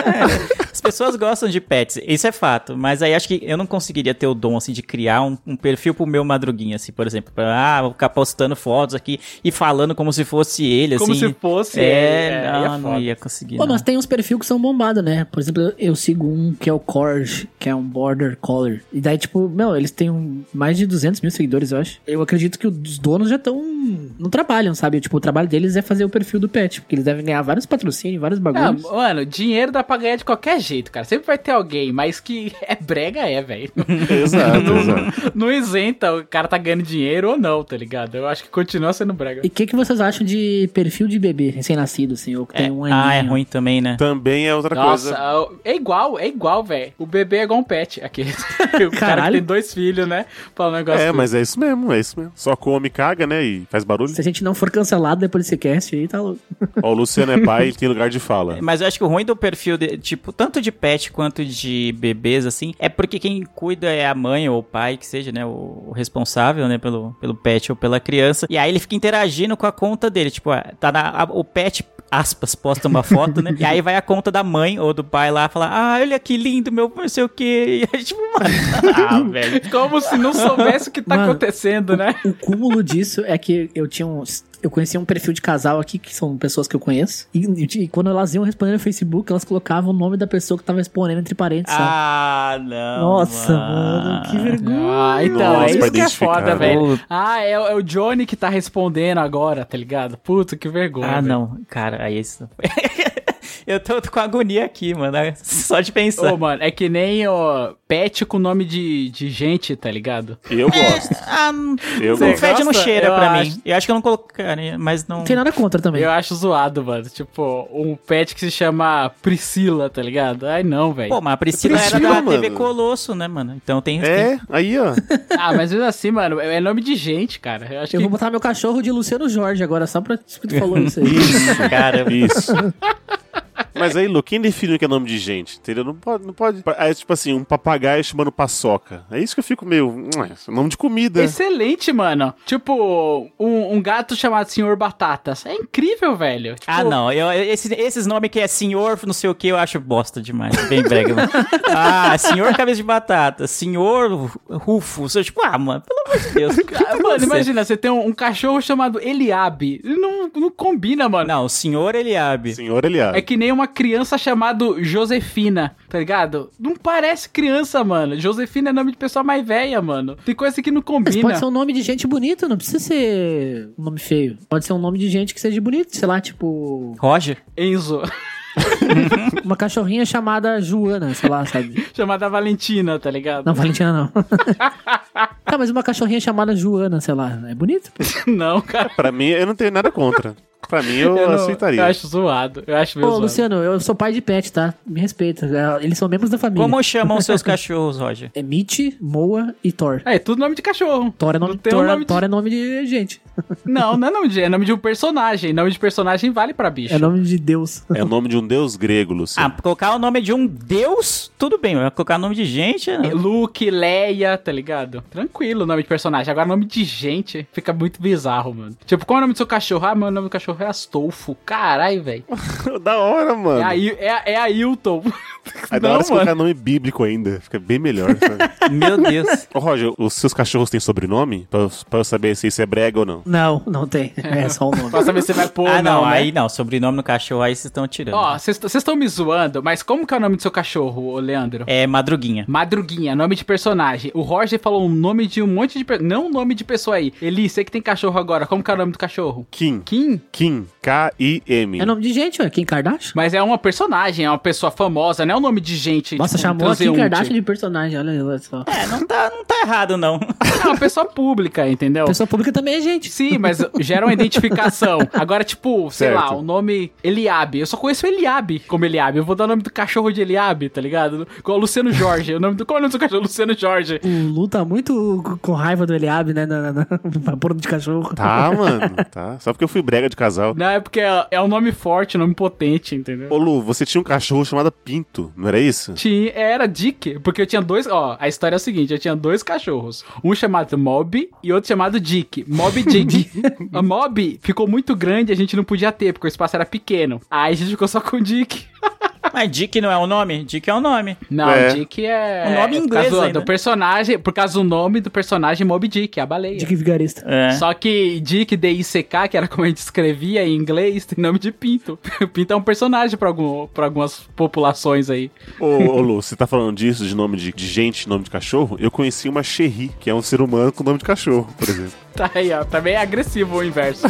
S2: [laughs] As pessoas gostam de pets, isso é fato. Mas aí acho que eu não conseguiria ter o dom, assim, de criar um, um perfil pro meu madruguinha, assim, por exemplo. Pra, ah, vou ficar postando fotos aqui e falando como se fosse ele,
S4: como
S2: assim.
S4: se fosse.
S2: É,
S4: aí
S2: não, não
S4: foda.
S2: ia conseguir.
S3: Pô,
S2: não.
S3: mas tem uns perfis que são bombados, né? Por exemplo, eu- eu sigo um que é o Corge, que é um Border Collar. E daí, tipo, meu, eles têm um- mais de 200 mil seguidores, eu acho. Eu acredito que os donos já estão... Não trabalham, sabe? Tipo, o trabalho deles é fazer o perfil do pet, porque eles devem ganhar vários patrocínios,
S2: É,
S3: vários
S4: Ah,
S3: bagulhos.
S4: mano, dinheiro dá pra ganhar de qualquer jeito, cara. Sempre vai ter alguém, mas que [laughs] é brega, é,
S2: [laughs]
S4: velho.
S5: [laughs]
S1: Exato, exato.
S4: Não isenta o cara tá ganhando dinheiro ou não, tá ligado? Eu acho que continua sendo brega.
S3: E o que, que vocês acham de perfil de bebê recém-nascido, assim? Ou que
S2: É,
S3: tem um aninho?
S2: ah, é ruim também, né?
S1: Também é outra
S4: Nossa,
S1: coisa.
S4: é igual, é igual, velho. O bebê é igual um pet. Aqui. [laughs] o cara que
S3: Caralho.
S4: tem dois filhos, né? Fala um negócio.
S1: É,
S4: desse.
S1: mas é isso mesmo, é isso mesmo. Só come, caga, né? E faz barulho.
S3: Se a gente não for cancelado depois desse cast aí, tá louco.
S1: Ó, o Luciano é pai e tem lugar de
S4: [laughs]
S1: fala.
S2: Tá. Mas eu acho que o ruim do perfil, de, tipo, tanto de pet quanto de bebês, assim, é porque quem cuida é a mãe ou o pai, que seja, né, o, o responsável, né, pelo, pelo pet ou pela criança. E aí ele fica interagindo com a conta dele, tipo, ah, tá na, a- o pet aspas, posta uma foto, né? E aí vai a conta da mãe ou do pai lá falar, ah, olha que lindo, meu, não sei o quê. E aí, tipo, mano, [laughs] ah, velho.
S4: Como se não soubesse o que tá
S3: Mano,
S4: acontecendo, né?
S3: O cúmulo disso é que eu tinha um. Eu conhecia um perfil de casal aqui, que são pessoas que eu conheço. E, e quando elas iam responder no Facebook, elas colocavam o nome da pessoa que tava respondendo entre parênteses. sabe?
S2: Ah, não.
S3: Nossa, mano, que vergonha.
S4: Ah, então,
S1: Nossa,
S4: é
S1: pra
S4: isso que é
S1: identificar,
S4: foda,
S2: Tá
S1: né?
S4: velho.
S2: Puta.
S4: Ah, é, é o Johnny que tá respondendo agora, tá ligado? Puta, que vergonha.
S2: Ah,
S4: velho.
S2: não. Cara, aí isso. [laughs] Eu tô com agonia aqui, mano. É Só de pensar.
S4: Ô, mano, é que nem ó, pet com nome de, de gente, tá ligado?
S1: Eu gosto,
S2: Ah, não
S1: eu
S4: Você
S2: não
S1: gosto.
S2: fede não
S4: gosta?
S2: cheira
S4: Eu
S2: pra
S4: acho.
S2: mim. Eu acho que eu não colocaria, mas não.
S3: Não tem nada contra também.
S4: Eu acho zoado, mano. Tipo, um pet que se chama Priscila, tá ligado? Ai, não, velho.
S2: Pô, mas a Priscila,
S1: Priscila,
S2: era da TV
S1: mano.
S2: Colosso, né, mano? Então tem. tem-
S1: É, aí, ó.
S4: Ah, mas mesmo assim, mano, é nome de gente, cara. Eu acho
S3: Eu
S4: que
S3: vou botar meu cachorro de Luciano Jorge agora, só pra isso que tu falou isso aí.
S4: [laughs]
S1: [laughs] Isso.
S2: Caramba.
S1: Isso. Mas aí, Lu, quem define o que é nome de gente? Entendeu? Não pode. Não pode. É tipo assim, um papagaio chamando paçoca. É isso que eu fico meio. "Ué, isso é Nome de comida.
S4: Excelente, mano. Tipo, um, um gato chamado Senhor Batatas. É incrível, velho. Tipo,
S2: Ah, não. Eu, eu- esses, esses nomes que é senhor, não sei o que, eu acho bosta demais. Bem brega, mano. [laughs] Ah, senhor cabeça de batata, senhor Rufo. Eu, tipo, ah, mano, pelo amor de Deus.
S4: ah, [laughs] Mano, imagina, você tem um, um cachorro chamado Eliabe. Não, não combina, mano.
S2: Não, o senhor Eliabe.
S1: Senhor Eliade.
S4: É que nem uma criança chamado Josefina, tá ligado? Não parece criança, mano. Josefina é nome de pessoa mais velha, mano. Tem coisa que não
S3: Mas
S4: combina.
S3: pode ser um nome de gente bonita, não precisa ser um nome feio. Pode ser um nome de gente que seja bonito, sei lá, tipo.
S2: Roger?
S4: Enzo, [laughs]
S3: Uma cachorrinha chamada Joana, sei lá, sabe?
S4: chamada Valentina, tá ligado?
S3: Não, Valentina não. [laughs] tá, Ah, mas uma cachorrinha chamada Joana, sei lá. É bonito? pô.
S4: [laughs] Não, cara.
S1: Pra mim, eu não tenho nada contra. Pra mim, eu,
S4: não-
S1: aceitaria.
S4: [laughs] eu acho zoado. Eu acho meio
S3: Ô,
S4: zoado.
S3: Luciano, eu sou pai de pet, tá? Me respeita. É, Eles são membros da família.
S2: Como chamam seus cachorros, Roger?
S3: É Mitch, Moa e Thor.
S4: É, é tudo nome de cachorro.
S3: Thor é
S4: Não
S3: nome,
S4: tem
S3: Thor,
S4: um nome de-
S3: Thor é nome de gente.
S4: Não, não é nome de. É nome de um personagem. Nome de personagem vale pra bicho.
S3: É nome de Deus.
S1: É o nome de um deus grego,
S2: Ah,
S1: Luciano.
S2: colocar o nome de um deus, tudo bem. mas Colocar o nome de gente, não.
S4: É Luke, Leia, tá ligado? Tranquilo o nome de personagem. Agora, nome de gente fica muito bizarro, mano. Tipo, qual é o nome do seu cachorro? Ah, meu nome do cachorro é Astolfo. Caralho, velho.
S1: [laughs] da hora, mano.
S4: É, aí- é, é Ailton.
S1: Aí da
S4: Não,
S1: hora você
S4: mano.
S1: colocar nome bíblico ainda. Fica bem melhor.
S4: [laughs]
S1: sabe?
S2: Meu Deus.
S1: Ô,
S2: Ah,
S1: Roger, os seus cachorros têm sobrenome? Pra eu, pra eu saber se isso é brega ou não.
S3: Não, não tem. É só o nome.
S4: Pra saber se vai pôr
S2: ah,
S4: ou
S2: não,
S4: né?
S2: aí não. Sobrenome no cachorro, aí vocês estão tirando.
S4: Ó, vocês estão me zoando, mas como que é o nome do seu cachorro, ô Leandro?
S2: É Madruguinha.
S4: Madruguinha, nome de personagem. O Roger falou um nome de um monte de... pe- Não um nome de pessoa aí. Eli, você que tem cachorro agora, como que é o nome do cachorro?
S1: Kim.
S4: Kim?
S1: Kim. K-I-M.
S3: É nome de gente, ué. Kim Kardashian?
S4: assim. Mas é uma personagem, é uma pessoa famosa, não é um nome de gente.
S3: Nossa,
S4: tipo,
S3: chamou a Kim
S4: transeunte.
S3: Kardashian de personagem, olha olha só.
S2: É, não tá, não tá errado, não. [laughs]
S4: É uma pessoa pública, entendeu?
S3: Pessoa pública também é gente.
S4: Sim, mas gera uma identificação. Agora, tipo, sei
S1: Certo.
S4: lá, o nome Eliabe. Eu só conheço o Eliabe como Eliabe. Eu vou dar o nome do cachorro de Eliabe, tá ligado? Igual o Luciano Jorge. O nome do... Qual é o nome do seu cachorro? Luciano Jorge.
S3: O Lu tá muito c- com raiva do Eliabe, né? Na, [laughs] na, na, pra pôr no de cachorro.
S1: Tá, mano. Tá. Só porque eu fui brega de casal.
S4: Não, é porque é, é um nome forte, um nome potente, entendeu?
S1: Ô, Lu, você tinha um cachorro chamado Pinto, não era isso?
S4: Tinha, era Dick, porque eu tinha dois. Ó, a história é a seguinte: eu tinha dois cachorros. Um chamado Mob e outro chamado Dick. Mob Dick.
S2: [laughs]
S4: a Mob ficou muito grande e a gente não podia ter, porque o espaço era pequeno. Aí a gente ficou só com o Dick.
S2: Mas Dick não é um nome? Dick é um nome.
S4: Não,
S1: É.
S4: Dick é.
S2: O nome em
S4: por causa
S2: inglês
S4: do-
S2: ainda. né?
S4: do personagem, por causa do nome do personagem Mob Dick, a baleia.
S3: Dick Vigarista.
S2: É.
S4: Só que Dick D-I-C-K, que era como a gente escrevia em inglês, tem nome de Pinto. [laughs] Pinto é um personagem pra, algum, pra algumas populações aí.
S1: Ô, ô, Lu, você tá falando disso, de nome de, de gente, nome de cachorro? Eu conheci uma Xerri, que é um ser humano com nome de cachorro, por exemplo.
S4: Tá aí, ó. Também é agressivo o inverso.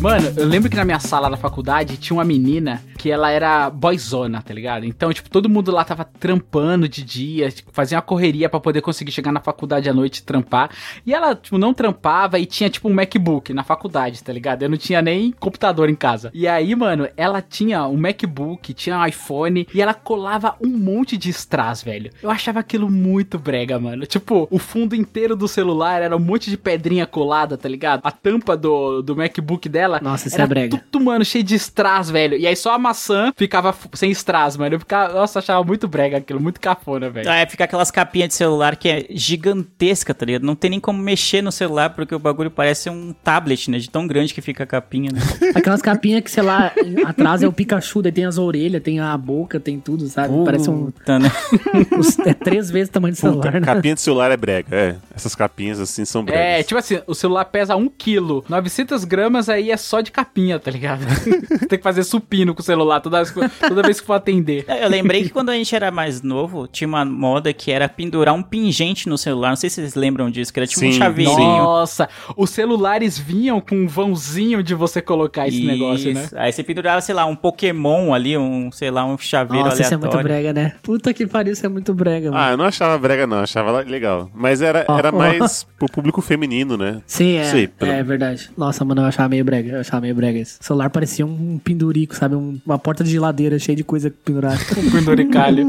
S4: Mano, eu lembro que na minha sala da faculdade tinha uma menina que ela era boyzona, tá ligado? Então, tipo, todo mundo lá tava trampando de dia, tipo, fazia uma correria pra poder conseguir chegar na faculdade à noite e trampar. E ela, tipo, não trampava e tinha, tipo, um MacBook na faculdade, tá ligado? Eu não tinha nem computador em casa. E aí, mano, ela tinha um MacBook, tinha um iPhone e ela colava um monte de strass, velho. Eu achava aquilo muito brega, mano. Tipo, o fundo inteiro do celular era um monte de pedrinha colada, tá ligado? A tampa do, do MacBook dela
S3: Nossa, isso
S4: era
S3: é brega.
S4: Tudo, mano, cheio de strass, velho. E aí só a maçã ficava f- sem strass, mano. Eu ficava, nossa, achava muito brega aquilo, muito cafona, velho.
S2: É, fica aquelas capinhas de celular que é gigantesca, tá ligado? Não tem nem como mexer no celular, porque o bagulho parece um tablet, né? De tão grande que fica a capinha, né?
S3: Aquelas capinhas que, sei lá, atrás é o Pikachu, daí tem as orelhas, tem a boca, tem tudo, sabe? Parece um.
S2: Puta, né?
S3: uns- é três vezes o tamanho do [laughs] celular, né?
S1: Capinha de celular é brega, é. Essas capinhas assim são bregas.
S4: É, tipo assim, o celular pesa 1 quilo, 900 gramas aí é só de capinha, tá ligado? [laughs] Você tem que fazer supino com o celular toda vez que, toda vez que for atender.
S2: Eu lembrei que quando a gente era mais novo, tinha uma moda que era pendurar um pingente no celular. Não sei se vocês lembram disso, que era tipo um
S1: Sim,
S2: chaveirinho.
S4: Nossa, os celulares vinham com um vãozinho de você colocar esse negócio, né?
S2: Isso. Aí você pendurava, sei lá, um Pokémon ali, um, sei lá, um chaveiro
S3: Nossa, isso é
S2: aleatório.
S3: muito brega, né? Puta que pariu, isso é muito brega, mano.
S1: Ah, eu não achava brega, não, eu achava legal. Mas era,
S3: Ó,
S1: era
S3: ó.
S1: mais pro público feminino, né?
S3: Sim, é.
S1: Sim, pelo-
S3: É verdade. Nossa, mano, eu achava meio brega. Eu achava meio brega isso. O celular parecia um pendurico, sabe? Um- uma porta de geladeira cheia de coisa pendurada.
S4: Um penduricalho.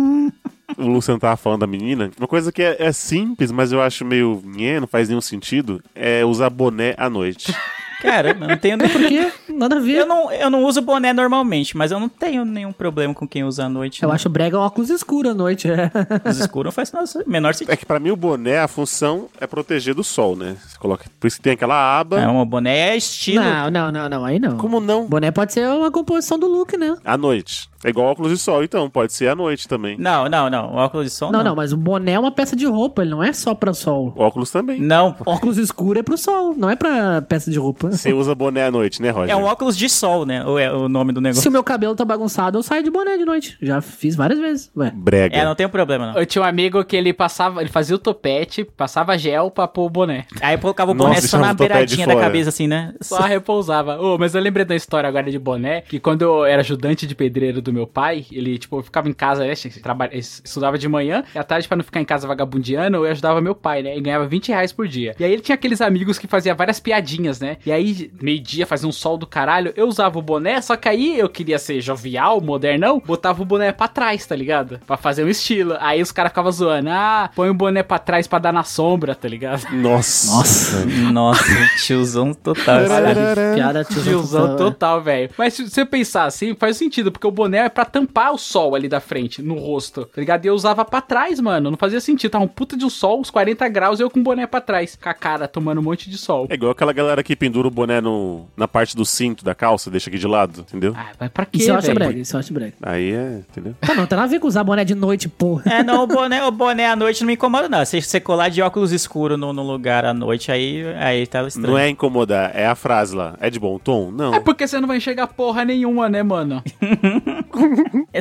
S1: O Luciano tava falando da menina. Uma coisa que é, é simples, mas eu acho meio. nhé, não faz nenhum sentido, é usar boné à noite.
S2: Caramba, não tenho nem
S3: Por [laughs] quê? Nada a ver.
S2: Eu não, eu não uso boné normalmente, mas eu não tenho nenhum problema com quem usa à noite.
S3: Eu
S2: né?
S3: acho brega óculos escuros à noite. É.
S2: Os escuros não faz nossa, menor sentido.
S1: É que pra mim o boné, a função é proteger do sol, né? Você coloca. Por isso que tem aquela aba.
S2: É, um boné é estilo.
S3: Não, não, não, não. Aí não.
S1: Como não?
S3: Boné pode ser uma composição do look, né?
S1: À noite. É igual óculos de sol, então. Pode ser à noite também.
S2: Não, não, não. um Óculos de sol
S3: Não,
S2: não.
S3: não, mas o boné é uma peça de roupa, ele não é só pra sol.
S1: Óculos também.
S2: Não, pô.
S3: Óculos escuro é pro sol, não é pra peça de roupa.
S1: Você usa boné à noite, né, Roger?
S2: É um óculos de sol, né? Ou é o nome do negócio.
S3: Se o meu cabelo tá bagunçado, eu saio de boné de noite. Já fiz várias vezes. Ué.
S1: Brega.
S2: É, não tem problema, não.
S4: Eu tinha um amigo que ele passava, ele fazia o topete, passava gel pra pôr o boné.
S2: Aí eu colocava o
S1: Nossa,
S2: boné só
S1: deixava
S2: na
S1: o topete
S2: beiradinha
S1: de
S2: da
S1: fora.
S2: cabeça, assim, né?
S4: Só repousava. Ô, mas eu lembrei da história agora de boné, que quando eu era ajudante de pedreiro do meu pai, ele, tipo, eu ficava em casa, né? tinha que trabalhar- estudava de manhã, e à tarde, pra não ficar em casa vagabundiano, eu ajudava meu pai, né? E ganhava 20 reais por dia. E aí ele tinha aqueles amigos que fazia várias piadinhas, né? E aí, meio-dia, fazia um sol do caralho, eu usava o boné, só que aí eu queria ser jovial, modernão, botava o boné pra trás, tá ligado? Pra fazer um estilo. Aí os caras ficavam zoando, ah, põe o boné pra trás pra dar na sombra, tá ligado?
S1: Nossa.
S3: Nossa.
S2: Nossa, tiozão total. esse cara.
S1: É,
S3: Caralho, piada
S4: Tiozão
S3: total.
S4: total, velho. Mas se você pensar assim, faz sentido, porque o boné é pra tampar o sol ali da frente, no rosto, tá ligado? E eu usava pra trás, mano. Não fazia sentido. Tava um puta de um sol, uns 40 graus, e eu com o boné pra trás, com a cara tomando um monte de sol.
S1: É igual aquela galera que pendura o boné no, na parte do cinto da calça, deixa aqui de lado, entendeu?
S4: Ah, mas pra quê,
S3: Isso é eu acho
S4: velho?
S3: brega, isso eu acho brega.
S1: Aí é, entendeu?
S3: Tá não, tá nada a ver com usar boné de noite, porra.
S2: [laughs] É, não, o boné, o boné à noite não me incomoda, não. Se você colar de óculos escuro no, no lugar à noite, aí, aí tá estranho.
S1: Não é incomodar, é a frase lá. É de bom tom? Não.
S4: É porque você não vai enxergar porra nenhuma,
S3: [laughs]
S4: né, mano?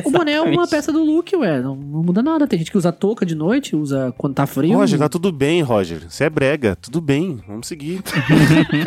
S3: O boné é uma
S2: Exatamente.
S3: peça do look, ué. Não, não muda nada. Tem gente que usa touca de noite, usa quando tá frio.
S1: Roger, tá tudo bem, Roger. Você é brega, tudo bem. Vamos
S2: [laughs]
S1: seguir.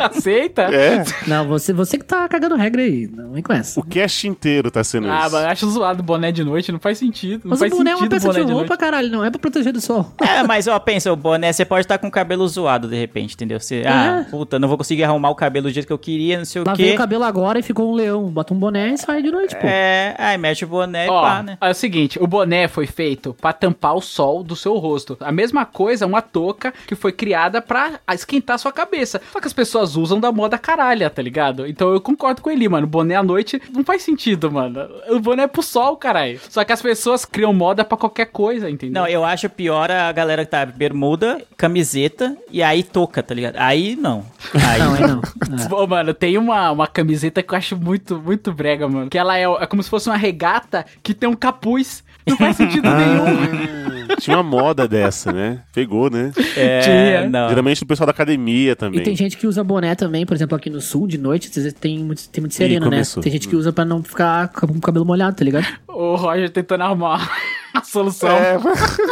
S4: Aceita?
S1: É.
S3: Não, você, você que tá cagando regra aí. Não me conhece.
S1: O cast inteiro tá sendo
S4: Ah,
S1: isso.
S4: mas eu acho zoado boné de noite, não faz sentido. Não
S3: Mas o
S4: faz
S3: boné é uma
S4: sentido
S3: peça de
S4: boné de
S3: roupa,
S4: noite.
S3: caralho. Não é pra proteger do sol.
S2: É, mas ó, pensa, o boné, você pode estar com o cabelo zoado de repente, entendeu? Você,
S3: É.
S2: ah, puta, não vou conseguir arrumar o cabelo do jeito que eu queria, não sei o
S3: Lavei
S2: quê.
S3: o cabelo agora e ficou um leão. Bota um boné e sai de noite, pô.
S2: É, aí mete o boné
S4: Ó,
S2: e pá, né?
S4: é o seguinte, o boné foi feito pra tampar o sol do seu rosto. A mesma coisa, uma touca que foi criada pra esquentar sua cabeça. Só que as pessoas usam da moda caralha, tá ligado? Então eu concordo com ele, mano. Boné à noite não faz sentido, mano. O boné é pro sol, caralho. Só que as pessoas criam moda pra qualquer coisa, entendeu?
S2: Não, eu acho pior a galera que tá bermuda, camiseta e aí touca, tá ligado? Aí não. Aí
S3: Não, é não.
S4: Pô, mano, tem uma, uma camiseta que eu acho muito, muito brega, mano. Que ela é, é como se fosse uma regata que tem um capuz. Não faz
S2: [laughs]
S4: sentido nenhum.
S1: Ah, tinha uma moda dessa, né? Pegou, né?
S2: é,
S4: Tinha.
S2: não.
S1: Geralmente o pessoal da academia também.
S3: E tem gente que usa boné também, por exemplo, aqui no sul, de noite, às vezes tem muito, tem muito sereno, né?
S1: começou.
S3: Tem gente
S4: Hum.
S3: que usa pra não ficar com o cabelo molhado, tá
S4: [laughs]
S3: ligado?
S4: O Roger tentando arrumar [laughs] a solução.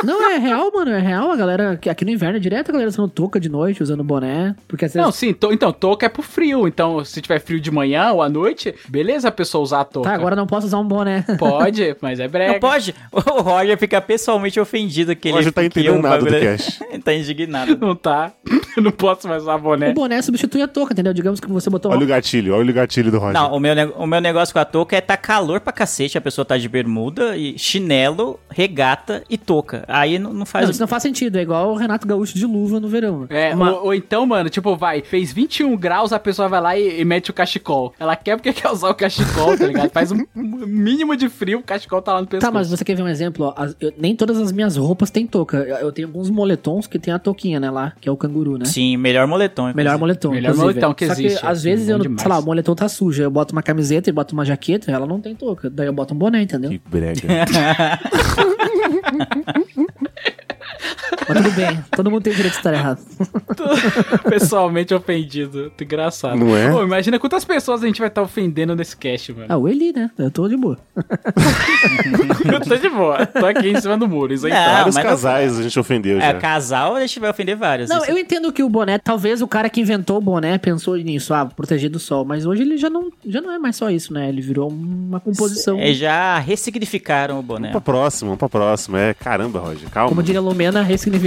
S3: Não, é real, mano, é real. A galera, que- aqui no inverno, é direto a galera usando touca de noite, usando boné, porque às vezes
S4: Não, sim, to- então, touca é pro frio. Então, se tiver frio de manhã ou à noite, beleza a pessoa usar a touca.
S3: Tá, agora não posso usar um boné.
S4: Pode, mas é breve.
S2: Não pode. [laughs] O Roger fica pessoalmente ofendido que
S1: O
S2: ele.
S1: Roger tá
S2: que
S1: entendendo
S2: eu-
S1: nada do cast.
S2: [laughs] Ele tá indignado.
S4: Não tá. [laughs] Eu não posso mais usar
S3: O
S4: boné.
S3: boné substitui a touca, entendeu? Digamos que você botou
S1: Olha o gatilho, olha o gatilho do Roger.
S2: Não, o meu, ne- o meu negócio com a touca é tá calor pra cacete, a pessoa tá de bermuda e chinelo, regata e touca. Aí não, não faz.
S3: Não, isso não faz sentido, é igual o Renato Gaúcho de luva no verão. né?
S4: É,
S3: Uma-
S4: ou, ou então, mano, tipo, vai, fez 21 graus, a pessoa vai lá e, e mete o cachecol. Ela quer porque [laughs] quer usar o cachecol, tá ligado? Faz um mínimo de frio, o cachecol tá lá no pescoço. [laughs]
S3: Tá, mas você quer ver um exemplo? ó? As- eu- nem todas as minhas roupas têm touca. Eu, eu tenho alguns moletons que tem a touquinha, né, lá, que é o canguru, né?
S2: Sim, melhor moletom.
S3: Melhor
S2: inclusive.
S3: moletom.
S4: Melhor
S3: inclusive.
S4: moletom que
S3: Só
S4: existe,
S3: Que, às vezes,
S4: bom
S3: eu, não-
S4: demais.
S3: sei lá, o moletom tá sujo. Eu boto uma camiseta e boto uma jaqueta, ela não tem touca. Daí eu boto um boné, entendeu?
S1: Que brega.
S3: Mas tudo bem, todo mundo tem o direito de estar errado.
S4: Pessoalmente ofendido. Muito Engraçado.
S1: Não é?
S4: Pô, imagina quantas pessoas a gente vai estar ofendendo nesse cast, mano.
S3: Ah, o Eli, né? Eu tô de boa.
S4: [laughs] Eu tô de boa. Tô aqui em cima do muro,
S3: É,
S4: isso
S2: [laughs]
S4: aí. tá.
S2: Não,
S1: Vários
S2: mas não-
S1: casais a gente ofendeu já.
S2: É, casal, a gente vai ofender vários.
S3: Não,
S2: Isso-
S3: eu entendo que o boné, talvez o cara que inventou o boné pensou nisso, ah, proteger do sol, mas hoje ele já não, já não é mais só isso, né? Ele virou uma composição.
S2: É, já ressignificaram o boné.
S1: Vamos pra próxima, vamos pra próxima. É, caramba, Roger, calma.
S3: Como diria Lumena, ressignificado.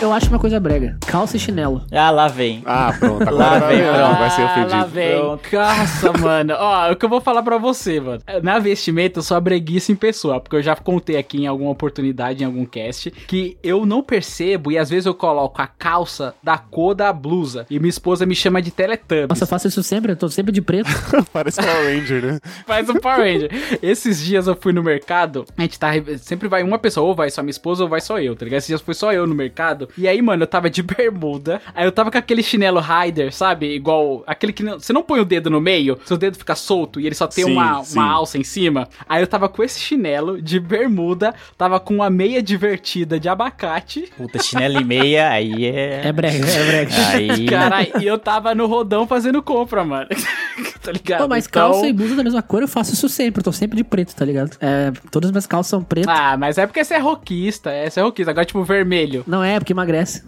S3: eu acho uma coisa brega. Calça e chinelo.
S2: Ah, lá vem.
S1: Ah, pronto.
S2: Lá
S1: Agora
S2: vem,
S1: vai-
S2: pronto.
S1: não, vai ser
S4: Ah, lá
S1: ofendido.
S4: vem.
S2: Pronto.
S4: Nossa, mano. Ó, o que eu vou falar pra você, mano. Na vestimenta, eu sou a breguiça em pessoa, porque eu já contei aqui em alguma oportunidade, em algum cast, que eu não percebo e às vezes eu coloco a calça da cor da blusa e minha esposa me chama de Teletubbies.
S3: Nossa, eu faço isso sempre, eu tô sempre de
S4: [laughs]
S3: preto.
S1: [laughs] Parece Power Ranger, né?
S4: Faz o Power Ranger. Esses dias eu fui no mercado, a gente tá. Sempre vai uma pessoa, ou vai só minha esposa, ou vai só eu, tá ligado? Esses dias foi só eu no mercado. E aí, mano, eu tava de [laughs] bermuda. Aí eu tava com aquele chinelo rider, sabe? Igual aquele que. não- você não põe o dedo no meio, seu dedo fica solto e ele só tem
S1: Sim,
S4: uma,
S1: sim.
S4: uma alça em cima. Aí eu tava com esse chinelo de bermuda, tava com uma meia divertida de abacate.
S2: Puta, chinelo e meia, aí [laughs] é.
S3: É brega, é brega.
S2: [laughs] Aí.
S4: Caralho, e eu tava no rodão fazendo compra, mano. [laughs] tá ligado?
S3: Pô, mas
S4: Então-
S3: calça e blusa da mesma cor, eu faço isso sempre. Eu tô sempre de preto, tá ligado? É, todas as minhas calças são pretas.
S4: Ah, mas é porque você é roquista, é, você é roquista. Agora, tipo, vermelho.
S3: Não é, porque emagrece.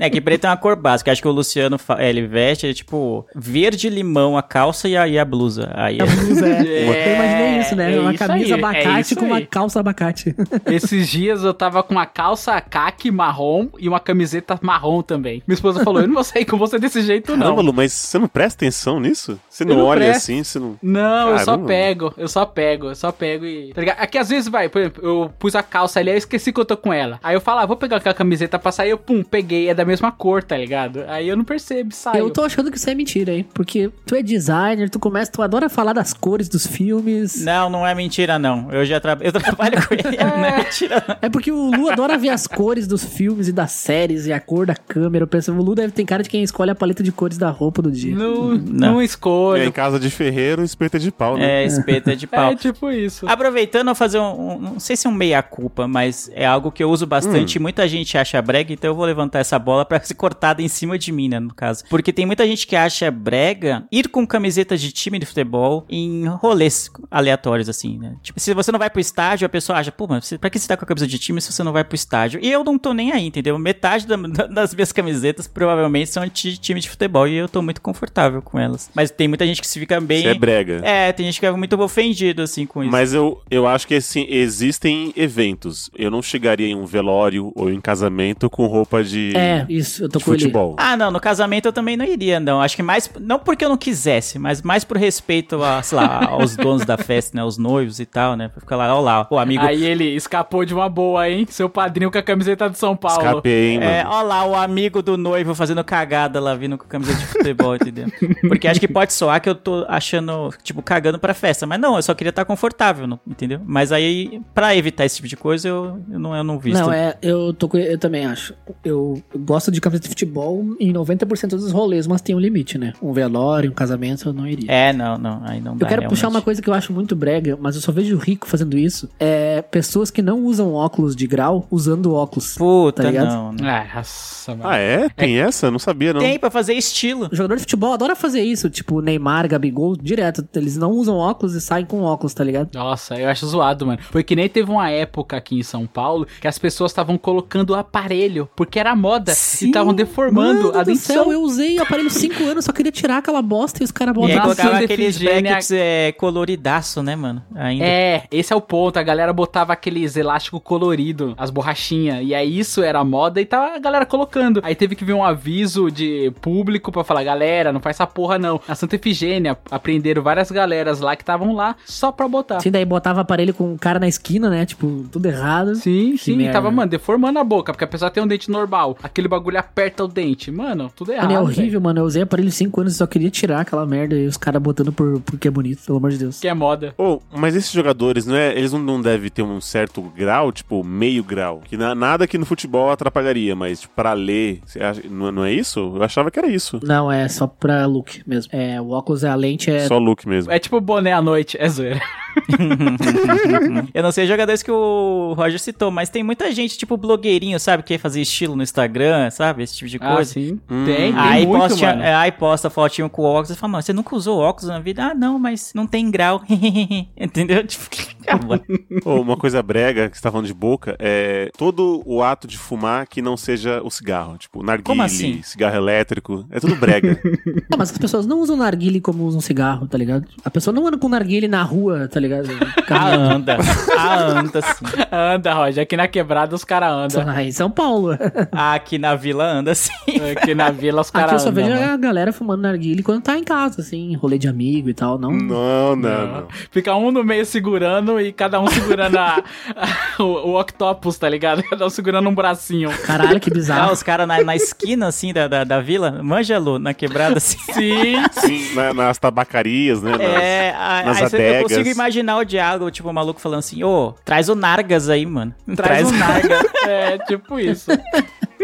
S2: É que preto é uma cor básica. Acho que o Luciano fa- é, ele veste, é tipo, verde limão a calça e a, e a blusa. Aí
S3: A blusa é.
S4: [laughs] É,
S3: eu imaginei isso, né?
S4: é
S3: uma
S4: isso
S3: camisa
S4: aí, é
S3: abacate
S4: isso
S3: com uma
S4: aí.
S3: calça
S4: [laughs]
S3: abacate.
S4: Esses dias eu tava com uma calça caque marrom e uma camiseta marrom também. Minha esposa falou, eu não vou sair com você desse jeito, não.
S1: Caramba, Lu, mas você não presta atenção nisso? Você não,
S4: não
S1: olha
S4: presto.
S1: assim, você não.
S4: Não, eu só
S1: Caramba.
S4: pego, eu só pego, eu só pego e. Tá ligado? Aqui às vezes vai, por exemplo, eu pus a calça ali, aí eu esqueci que eu tô com ela. Aí eu falo, ah, vou pegar aquela camiseta pra sair, eu pum, peguei, é da mesma cor, tá ligado? Aí eu não percebo, saio.
S3: Eu tô achando que isso é mentira, hein? Porque tu é designer, tu começa, tu adora falar das cores dos filmes.
S2: [laughs] Não, não é mentira, não. Eu já tra... eu trabalho com ele, [laughs] não é mentira, não.
S3: É porque o Lu adora ver as cores dos filmes e das séries e a cor da câmera. Eu penso, o Lu deve ter cara de quem escolhe a paleta de cores da roupa do dia.
S4: Não, não,
S1: É,
S4: escolho.
S1: em casa de ferreiro, espeta de pau, né?
S2: É, espeta de pau.
S4: É tipo isso.
S2: Ah, Aproveitando, eu vou fazer um, um- Não sei se é um meia-culpa, mas é algo que eu uso bastante. e
S1: Hum.
S2: Muita gente acha brega, então eu vou levantar essa bola pra [laughs] ser cortada em cima de mim, né? No caso. Porque tem muita gente que acha brega ir com camiseta de time de futebol em rolês aleatórios, assim, né? Tipo, se você não vai pro estádio, a pessoa acha, pô, mas você- pra que você tá com a camisa de time se você não vai pro estádio? E eu não tô nem aí, entendeu? Metade da- da- das minhas camisetas provavelmente são de time de futebol e eu tô muito confortável com elas. Mas tem muita gente que se fica bem.
S1: Isso é brega.
S2: É, tem gente que é muito ofendido, assim, com isso.
S1: Mas eu, eu acho que assim, existem eventos. Eu não chegaria em um velório ou em casamento com roupa de,
S3: É, isso, eu tô
S1: de
S3: com ele.
S1: futebol.
S2: Ah, não, no casamento eu também não iria, não. Acho que mais. Não porque eu não quisesse, mas mais por respeito a, sei [laughs] lá, aos donos da festa, né? Os noivos e tal, né? Pra ficar lá, ó lá, o amigo.
S4: Aí ele escapou de uma boa, hein? Seu padrinho com a camiseta de São Paulo.
S1: Escapei, hein,
S2: É,
S1: mano.
S2: ó lá, o amigo do noivo fazendo cagada lá, vindo com camisa de futebol, entendeu? Porque acho que pode soar que eu tô achando, tipo, cagando pra festa. Mas não, eu só queria estar confortável, não- entendeu? Mas aí, pra evitar esse tipo de coisa, eu, eu não, eu não visto.
S3: Não, é, eu tô com, eu também acho. Eu gosto de camiseta de futebol em 90% dos rolês, mas tem um limite, né? Um velório, um casamento, eu não iria.
S2: É, não, não, aí não dá.
S3: Eu quero puxar uma
S2: realmente.
S3: coisa que eu acho muito brega, mas eu só vejo o rico fazendo isso. É pessoas que não usam óculos de grau usando óculos.
S2: Puta,
S3: tá ligado?
S2: não, não.
S4: Ah, Nossa, mano.
S1: Ah, é? Tem essa? Não sabia, não.
S2: Tem pra fazer estilo.
S3: O jogador de futebol adora fazer isso, tipo Neymar, Gabigol, direto. Eles não usam óculos e saem com óculos, tá ligado?
S4: Nossa, eu acho zoado, mano. Foi que nem teve uma época aqui em São Paulo que as pessoas estavam colocando aparelho, porque era moda, e
S2: Sim,
S4: estavam deformando
S3: Mano
S4: a
S3: do
S4: dentição.
S3: céu, eu usei aparelho 5 anos, só queria tirar aquela bosta e os caras
S2: E aí
S3: botaram.
S4: colocar-
S2: colocava
S4: Santa
S2: aqueles
S4: Efigênia-
S2: brackets é, coloridaço, né, mano? Ainda.
S4: É, esse é o ponto. A galera botava aqueles elástico colorido, as borrachinhas. E aí isso era moda e tava a galera colocando. Aí teve que vir um aviso de público pra falar: galera, não faz essa porra não. Na Santa Efigênia, aprenderam várias galeras lá que estavam lá só pra botar.
S3: Assim, daí botava aparelho com um cara na esquina, né? Tipo, tudo errado.
S4: Sim, sim,
S3: merda.
S4: tava, mano, deformando a boca, porque a pessoa tem um dente normal. Aquele bagulho aperta o dente. Mano, tudo errado.
S3: Mano, é
S4: velho.
S3: horrível, mano. Eu usei aparelho 5 anos e só queria tirar aquela merda e os caras botando por, porque é bonito, pelo amor de Deus.
S4: Que é moda.
S1: Oh, mas esses jogadores, não é, eles não, não devem ter um certo grau, tipo, meio grau. Que na- nada que no futebol atrapalharia, mas tipo, pra ler, você acha- não, não é isso? Eu achava que era isso.
S3: Não, é só pra look mesmo. É, o óculos, é a lente é.
S1: Só look mesmo.
S4: É tipo boné à noite, é zoeira.
S2: Eu não sei os jogadores que o Roger citou, mas tem muita gente, tipo, blogueirinho, sabe? Que fazia estilo no Instagram, sabe? Esse tipo de coisa.
S4: Ah, sim.
S1: Hum.
S4: Tem, tem
S2: Aí
S4: muito,
S2: posta,
S4: mano.
S2: é, aí posta fotinho com óculos e fala, mano, você nunca usou óculos na vida? Ah, não, mas não tem grau. [laughs] Entendeu? Tipo, [laughs] Acabou.
S1: Ô, uma coisa brega que você tá falando de boca é todo o ato de fumar que não seja o cigarro. Tipo, narguile,
S2: Como assim?
S1: cigarro elétrico. É tudo brega.
S3: Não, mas as pessoas não usam narguile como usam cigarro, tá ligado? A pessoa não anda com narguile na rua, tá ligado?
S2: A
S3: Caramba.
S2: anda. A anda, sim.
S4: Anda, Roger. Aqui na quebrada os caras andam.
S3: Em São Paulo.
S2: Aqui na vila anda, sim.
S4: Aqui na vila os
S3: Aqui eu
S4: caras
S3: só
S4: andam.
S3: vejo é-
S4: mano.
S3: a galera fumando narguile quando tá em casa, assim, rolê de amigo e tal, não.
S1: não, não, não.
S4: Fica um no meio segurando e cada um segurando a, [laughs] a- o, o octopus, tá ligado? Cada um segurando um bracinho.
S3: Caralho, que
S2: Ah, [laughs]
S3: bizarro.
S2: os caras na, na esquina, assim, da, da, da vila. Manja, Lu, na quebrada, assim.
S4: Sim,
S1: Sim, na- nas tabacarias, né?
S2: É, a-
S1: nas
S2: aí você- eu
S1: adegas.
S2: consigo imaginar o diálogo, tipo, o maluco falando assim, ô, traz o Nargas aí, mano. [laughs]
S4: traz um narga. É, tipo isso.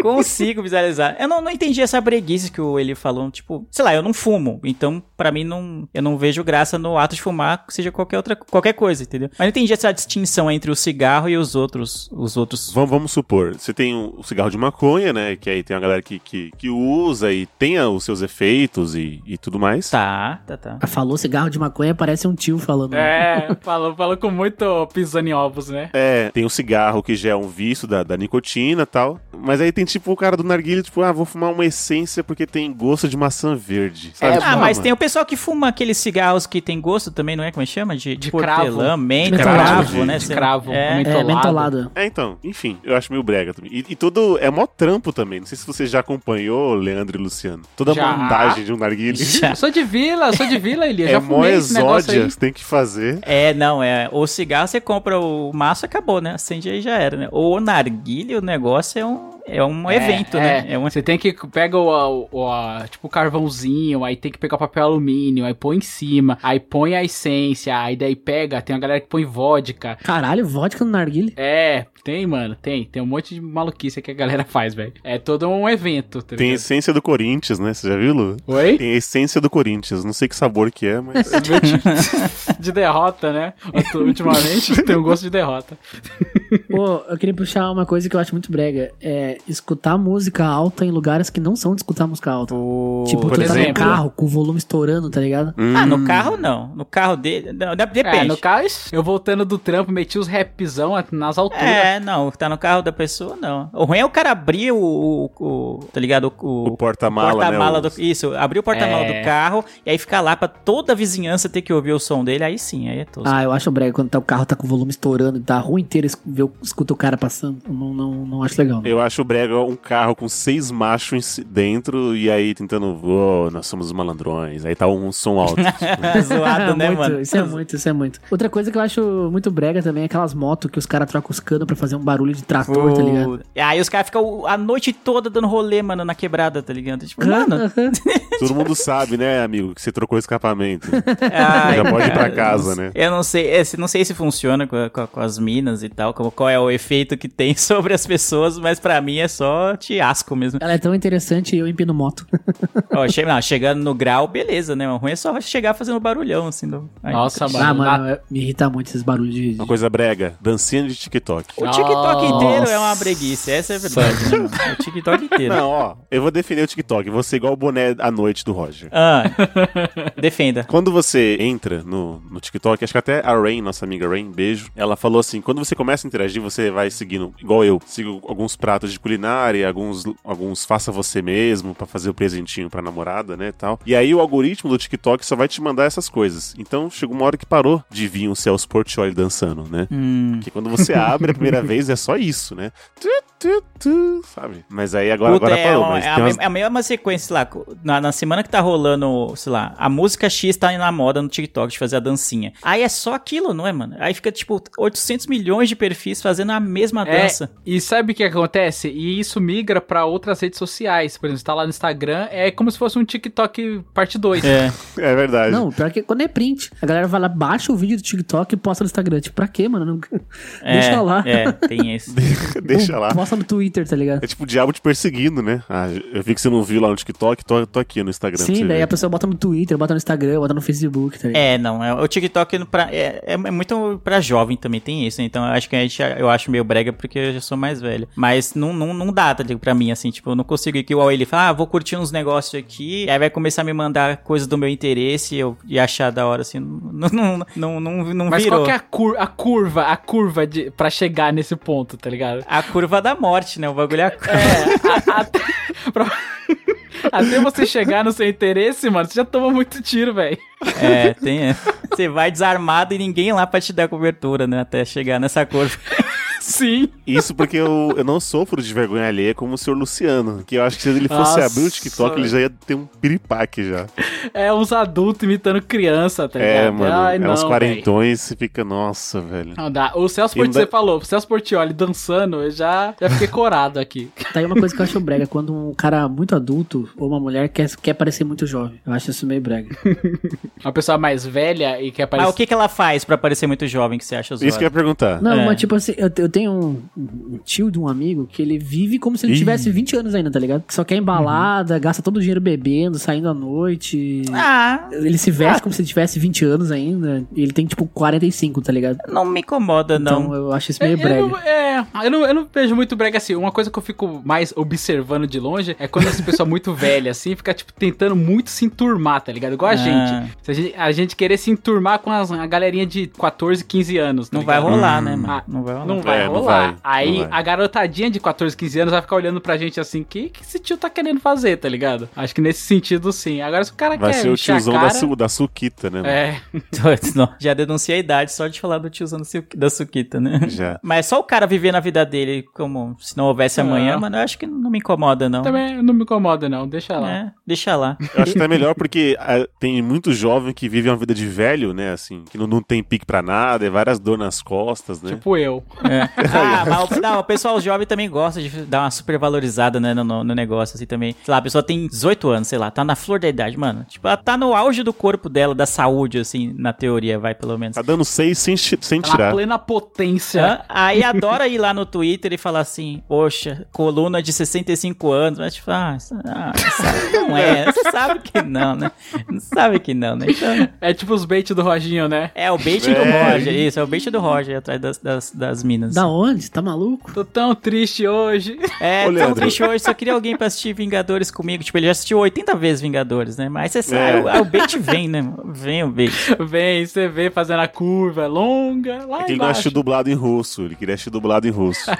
S2: Consigo visualizar. Eu não, não entendi essa breguice que o ele falou, tipo, sei lá, eu não fumo, então pra mim não, eu não vejo graça no ato de fumar, seja qualquer outra qualquer coisa, entendeu? Mas não entendi essa distinção entre o cigarro e os outros, os outros.
S1: Vamos, vamos supor, você tem o cigarro de maconha, né? Que aí tem a galera que, que, que usa e tem a- os seus efeitos e, e tudo mais.
S2: Tá, tá, tá.
S3: Falou cigarro de maconha, parece um tio falando.
S4: É, falou, falou com muito pisando em ovos, né?
S1: É, tem o cigarro que já é um vício da, da nicotina e tal. Mas aí tem tipo o cara do narguilha, tipo, ah, vou fumar uma essência porque tem gosto de maçã verde. Sabe?
S4: É,
S1: Tipo,
S2: ah, mas
S1: mano,
S2: tem o pessoal que fuma aqueles cigarros que tem gosto também, não é? Como é que chama? De,
S4: De
S2: hortelã,
S4: cravo.
S2: menta,
S3: De cravo,
S2: cravo, né?
S4: de
S2: Sei lá.
S4: cravo,
S2: É.
S3: É, mentolado.
S1: É, então, enfim, eu acho meio brega também. E, e todo. É mó trampo também. Não sei se você já acompanhou, Leandro e Luciano. Toda a
S4: Já.
S1: montagem de um narguilha.
S2: Já.
S4: Eu sou de vila, eu sou de vila, Elias.
S1: É
S4: já
S1: mó
S4: fumei esse negócio
S1: exódia,
S4: aí.
S1: você tem que fazer.
S2: É, não, é. O cigarro você compra o maço, acabou, né? Acende aí já era, né? O narguilha, o negócio é um, é um evento,
S4: é,
S2: né? É um
S4: Você tem que pega o, o- o- a- tipo o carvãozinho, aí tem que pegar o papel alumínio, aí põe em cima, aí põe a essência, aí daí pega, tem a galera que põe vodka.
S3: Caralho, vodka no narguile.
S4: É, tem, mano, tem. Tem um monte de maluquice que a galera faz, velho. É todo um evento, tá
S1: Tem a
S4: ligado?
S1: essência do Corinthians, né? Você já viu, Lu?
S4: [laughs] Oi?
S1: Tem a essência do Corinthians. Não sei que sabor que é,
S2: [laughs]
S1: mas.
S4: [laughs] De derrota, né? Ultimamente [laughs] tem um gosto de derrota.
S3: Pô, eu queria puxar uma coisa que eu acho muito brega. É escutar música alta em lugares que não são de escutar música alta. tipo,
S1: por
S3: tu tá no
S1: exemplo? né? Hum.
S3: carro com o volume estourando, tá ligado?
S2: Ah, no carro não. No carro dele. Não, de- depende.
S4: É, no caso, eu voltando do trampo, meti os rapzão nas alturas.
S2: É, não, tá no carro da pessoa, não. O ruim é o cara abrir o. o, o- tá ligado? O,
S1: O porta-mala,
S2: porta-mala
S1: né?
S2: do. Isso, abrir o porta-mala
S4: É.
S2: do carro e aí ficar lá pra toda a vizinhança ter que ouvir o som dele, aí sim, aí é [laughs] tosco.
S3: Ah, eu acho brega quando tá, o carro tá com o volume estourando e tá a rua inteira es- vê o- escuta o cara passando. Eu Não, não, não acho legal. não.
S1: Eu acho brega um carro com seis machos em si- dentro e aí tentando, oh, nós somos os malandrões. Aí tá um som
S2: [laughs]
S1: alto.
S2: Zoado, né,
S3: Muito,
S2: mano?
S3: Isso é muito, isso é muito. Outra coisa que eu acho muito brega também é aquelas motos que os caras trocam os canos pra fazer um barulho de trator, tá ligado?
S2: E Aí os caras ficam o- a noite toda dando rolê, mano, na quebrada, tá ligado? Tipo, mano.
S3: Aham.
S1: Todo mundo sabe, né, amigo, que você trocou o escapamento.
S2: ai,
S1: Já pode ir pra
S2: cara,
S1: casa,
S2: eu não-
S1: né?
S2: Eu não sei, esse- não sei se funciona com, a- com a- com as minas e tal, como- qual é o efeito que tem [laughs] sobre as pessoas, mas pra mim é só tiasco mesmo.
S4: [laughs]
S3: Ela é tão interessante e eu empino moto.
S2: Ó, che- não, chegando no grau, beleza, né? O ruim é só chegar fazendo barulhão, assim. Do... Aí-
S4: Nossa, mano.
S3: ah, mano, eu- me irrita muito esses barulhos de. de-
S1: Uma coisa brega, dancinha de TikTok.
S2: O TikTok
S4: Nossa.
S2: inteiro é uma breguice, essa é a verdade. né, mano? O TikTok inteiro.
S1: Não, ó, eu vou defender o TikTok. Você igual o boné à noite do Roger.
S2: Ah, defenda.
S1: Quando você entra no, no TikTok, acho que até a Rain, nossa amiga Rain, beijo, ela falou assim: quando você começa a interagir, você vai seguindo, igual eu, sigo alguns pratos de culinária, alguns, alguns faça você mesmo pra fazer o presentinho pra namorada, né, tal. E aí o algoritmo do TikTok só vai te mandar essas coisas. Então chegou uma hora que parou de vir um Celso Portioli dançando, né?
S2: Hum.
S1: Porque quando você abre a
S2: [laughs]
S1: primeira vez é só isso, né? Tu, tu, tu, sabe? Mas aí agora,
S2: Puta,
S1: agora
S2: é,
S1: parou.
S2: uma-
S1: mas
S2: é a,
S1: tem umas-
S2: mesma- é a mesma sequência, sei lá, co- na, na semana que tá rolando, sei lá, a música X tá na moda no TikTok de fazer a dancinha. Aí é só aquilo, não é, mano? Aí fica, tipo, 800 milhões de perfis fazendo a mesma
S4: É,
S2: dança.
S4: e sabe o que acontece? E isso migra pra outras redes sociais. Por exemplo, você tá lá no Instagram, é como se fosse um TikTok parte 2.
S2: É.
S1: [laughs] É verdade.
S3: Não, pior que quando é print, a galera vai lá, baixa o vídeo do TikTok e posta no Instagram. Tipo, pra quê, mano? Não-
S2: é,
S3: Deixa lá.
S2: É, tem esse.
S1: Deixa lá.
S3: [laughs] Posta passa no Twitter, tá ligado?
S1: É tipo o diabo te perseguindo, né? Ah, eu vi que você não viu lá no TikTok, tô, tô aqui no Instagram. pra você
S3: Sim, daí
S1: ver.
S4: né?
S3: a pessoa bota no Twitter, bota no Instagram, bota no Facebook, tá ligado?
S2: É, não, é, o TikTok no pra- é, é muito pra jovem também, tem isso, né? então eu acho que a gente, eu acho meio brega porque eu já sou mais velho, mas não, não, não dá, tá ligado, pra mim, assim, tipo, eu não consigo ir que o ele fala, ah, vou curtir uns negócios aqui, aí vai começar a me mandar coisas do meu interesse e eu, e achar da hora, assim, não, não, não, não, não
S4: Mas
S2: virou.
S4: qual que é a, cur- a curva, a curva de, pra chegar nesse ponto, tá ligado?
S2: A curva da morte, né? O bagulho é a curva.
S4: É, a- até, pra-
S2: [laughs]
S4: até você chegar no seu interesse, mano, você já toma muito tiro, velho. [laughs]
S2: É, tem. é. Você vai desarmado e ninguém lá pra te dar cobertura, né? Até chegar nessa curva.
S4: Sim.
S1: Isso porque eu, eu não sofro de vergonha alheia como o senhor Luciano, que eu acho que se ele fosse
S4: Nossa.
S1: abrir o TikTok, ele já ia ter um piripaque já.
S4: É uns adultos imitando criança, tá ligado?
S1: É, mano,
S4: Ai,
S1: é uns
S4: não, velho.
S1: quarentões e fica, nossa, velho.
S4: Não dá. O Celso
S1: E não
S4: Portioli, você
S1: dá-
S4: falou, o Celso Portioli dançando, eu já, já fiquei corado aqui.
S3: Tá aí uma coisa que eu acho brega, quando um cara muito adulto ou uma mulher quer, quer parecer muito jovem. Eu acho isso meio brega.
S4: Uma pessoa mais velha e quer parecer...
S2: Mas o que, que ela faz pra parecer muito jovem que você acha zoado?
S1: Isso que eu ia perguntar.
S3: Não,
S2: É.
S3: mas tipo assim, eu, eu tenho um, um tio de um amigo que ele vive como se ele
S1: Ih. Uhum.
S3: tivesse 20 anos ainda, tá ligado? Que só quer embalada, gasta todo o dinheiro bebendo, saindo à noite.
S2: Ah,
S3: Ele se veste como se ele tivesse 20 anos ainda. E ele tem tipo 45, tá ligado?
S2: não me incomoda, não.
S3: Então eu acho isso
S4: É,
S3: meio
S4: eu
S3: brega.
S4: não, é, eu não, eu não vejo muito brega assim. Uma coisa que eu fico mais observando de longe é quando essa
S2: [laughs]
S4: pessoa muito velha, assim, fica, tipo, tentando muito se enturmar, tá ligado? Igual a
S2: Ah.
S4: gente. Se a gente. A gente querer se enturmar com as- a galerinha de 14, 15 anos, tá
S2: Não vai
S4: ligado?
S2: rolar, né, mano?
S4: Ah,
S2: não vai rolar.
S4: [laughs] Não vai
S1: Hum. É, não
S4: rolar.
S1: vai, não
S4: Aí
S1: vai.
S4: a garotadinha de 14, 15 anos vai ficar olhando pra gente assim, que que esse tio tá querendo fazer, tá ligado? Acho que nesse sentido, sim. Agora se o cara
S1: Vai
S4: quer
S1: ser o
S4: encher a
S1: tiozão da,
S4: cara,
S1: su, da suquita, né? mano?
S4: É,
S2: Não, Já denunciei a idade só de falar do tiozão da Su- da Suquita, né?
S1: Já.
S2: Mas só o cara viver na vida dele como se não houvesse amanhã,
S4: Ah.
S2: mano, eu acho que não me incomoda, não.
S4: também não me incomoda não, deixa lá.
S2: É, deixa lá.
S1: Eu acho que tá melhor porque ah, tem muito jovem que vive uma vida de velho, né? Assim, que não, não tem pique pra nada, é várias dores nas costas, né?
S4: Tipo eu.
S2: É. Ah, mas o, não, o pessoal jovem também gosta de dar uma supervalorizada né, no, no- no negócio, assim, também. Sei lá, a pessoa tem 18 anos, sei lá, tá na flor da idade, mano. Tipo, ela tá no auge do corpo dela, da saúde, assim, na teoria, vai, pelo menos.
S1: Tá dando seis sem, chi- sem
S4: Tá Na
S1: tirar.
S4: plena potência.
S2: Hã? [laughs] Aí adora ir lá no Twitter e falar assim, poxa, coluna de 65 anos, mas tipo, ah, isso- ah, isso não é, você sabe que não, né? Não sabe que não, né? Então,
S4: É tipo os bait do Roginho, né?
S2: é o bait do
S1: É.
S2: Roger, isso, é o bait do Roger atrás das, das, das minas.
S3: Da onde? Tá maluco?
S4: Tô tão triste hoje. [laughs]
S2: É,
S1: Ô,
S2: tão
S1: Leandro.
S2: triste hoje, só queria alguém pra assistir Vingadores comigo. Tipo, ele já assistiu 80 vezes Vingadores, né? Mas você sabe,
S1: É.
S2: o, o bait vem, né? Vem o bait.
S4: Vem, você vê fazendo a curva longa lá
S1: É que ele não
S4: embaixo.
S1: achou dublado em russo, ele queria assistir dublado em
S2: [laughs]
S1: russo.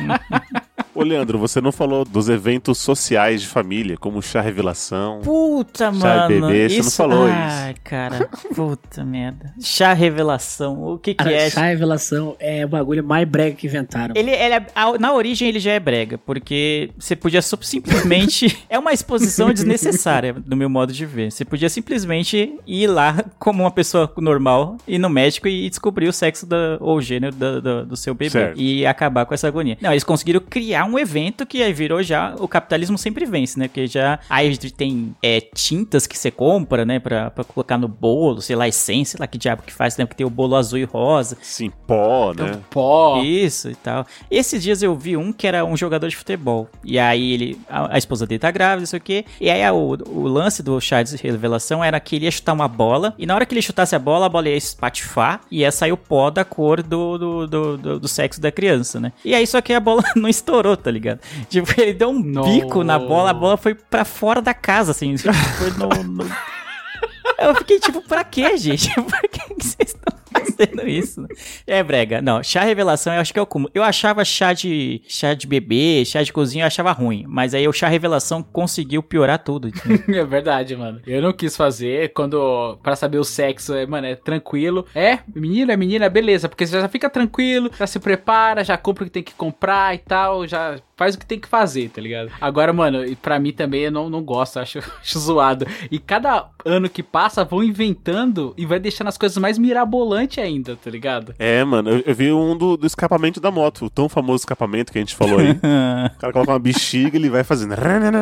S1: Ô, Leandro, você não falou dos eventos sociais de família, como o chá revelação.
S2: [laughs] Puta,
S1: Sabe,
S2: mano.
S1: bebê, você não falou
S2: Ai, [laughs] cara. Puta merda. Chá revelação. O que que
S3: Cara,
S2: é?
S3: essa revelação é o bagulho mais brega que inventaram.
S2: Ele, ele é- a- na origem ele já é brega, porque você podia sup- simplesmente. é uma exposição desnecessária, do meu modo de ver. Você podia simplesmente ir lá como uma pessoa normal, ir no médico e descobrir o sexo da- ou o gênero da- da- do seu bebê
S1: Certo.
S2: e acabar com essa agonia. Não, eles conseguiram criar um evento que aí virou já. O capitalismo sempre vence, né? Porque já. Aí tem é, tintas que você compra, né? Pra, pra colocar no bolo, sei lá, essência, sei lá que diabo que faz, né? Porque tem o bolo azul e rosa.
S1: Sim, pó,
S4: Então,
S1: né?
S4: Pó.
S2: Isso e tal. Esses dias eu vi um que era um jogador de futebol. E aí ele. A, a esposa dele tá grávida, não sei o quê. E aí a- o, o lance do chá de revelação era que ele ia chutar uma bola. E na hora que ele chutasse a bola, a bola ia espatifar e ia sair o pó da cor do, do, do, do- do sexo da criança, né? E aí só que a bola [laughs] não estourou, tá ligado? [laughs] Tipo, ele deu um
S4: No.
S2: bico na bola, a bola foi pra fora da casa, assim. Foi no- no... Eu fiquei tipo, pra quê, gente? [laughs] Por que que vocês estão fazendo isso? É brega. Não, chá revelação eu acho que é o cúmulo. Eu achava chá de chá de bebê, chá de cozinha, eu achava ruim. Mas aí o chá revelação conseguiu piorar tudo.
S4: [laughs]
S2: entendeu?
S4: [laughs] É verdade, mano. Eu não quis fazer quando. Pra saber o sexo, é, mano, é tranquilo. É, menina, menina, beleza. Porque você já fica tranquilo, já se prepara, já compra o que tem que comprar e tal, já faz o que tem que fazer, tá ligado? Agora, mano, e pra mim também eu não, não gosto, [laughs] acho, acho zoado. E cada ano que passa vão inventando e vai deixando as coisas mais mirabolantes ainda, tá ligado?
S1: É, mano, eu, eu vi um do, do escapamento da moto, o tão famoso escapamento que a gente falou
S2: [laughs]
S1: aí. o cara coloca uma bexiga, ele vai fazendo. [laughs]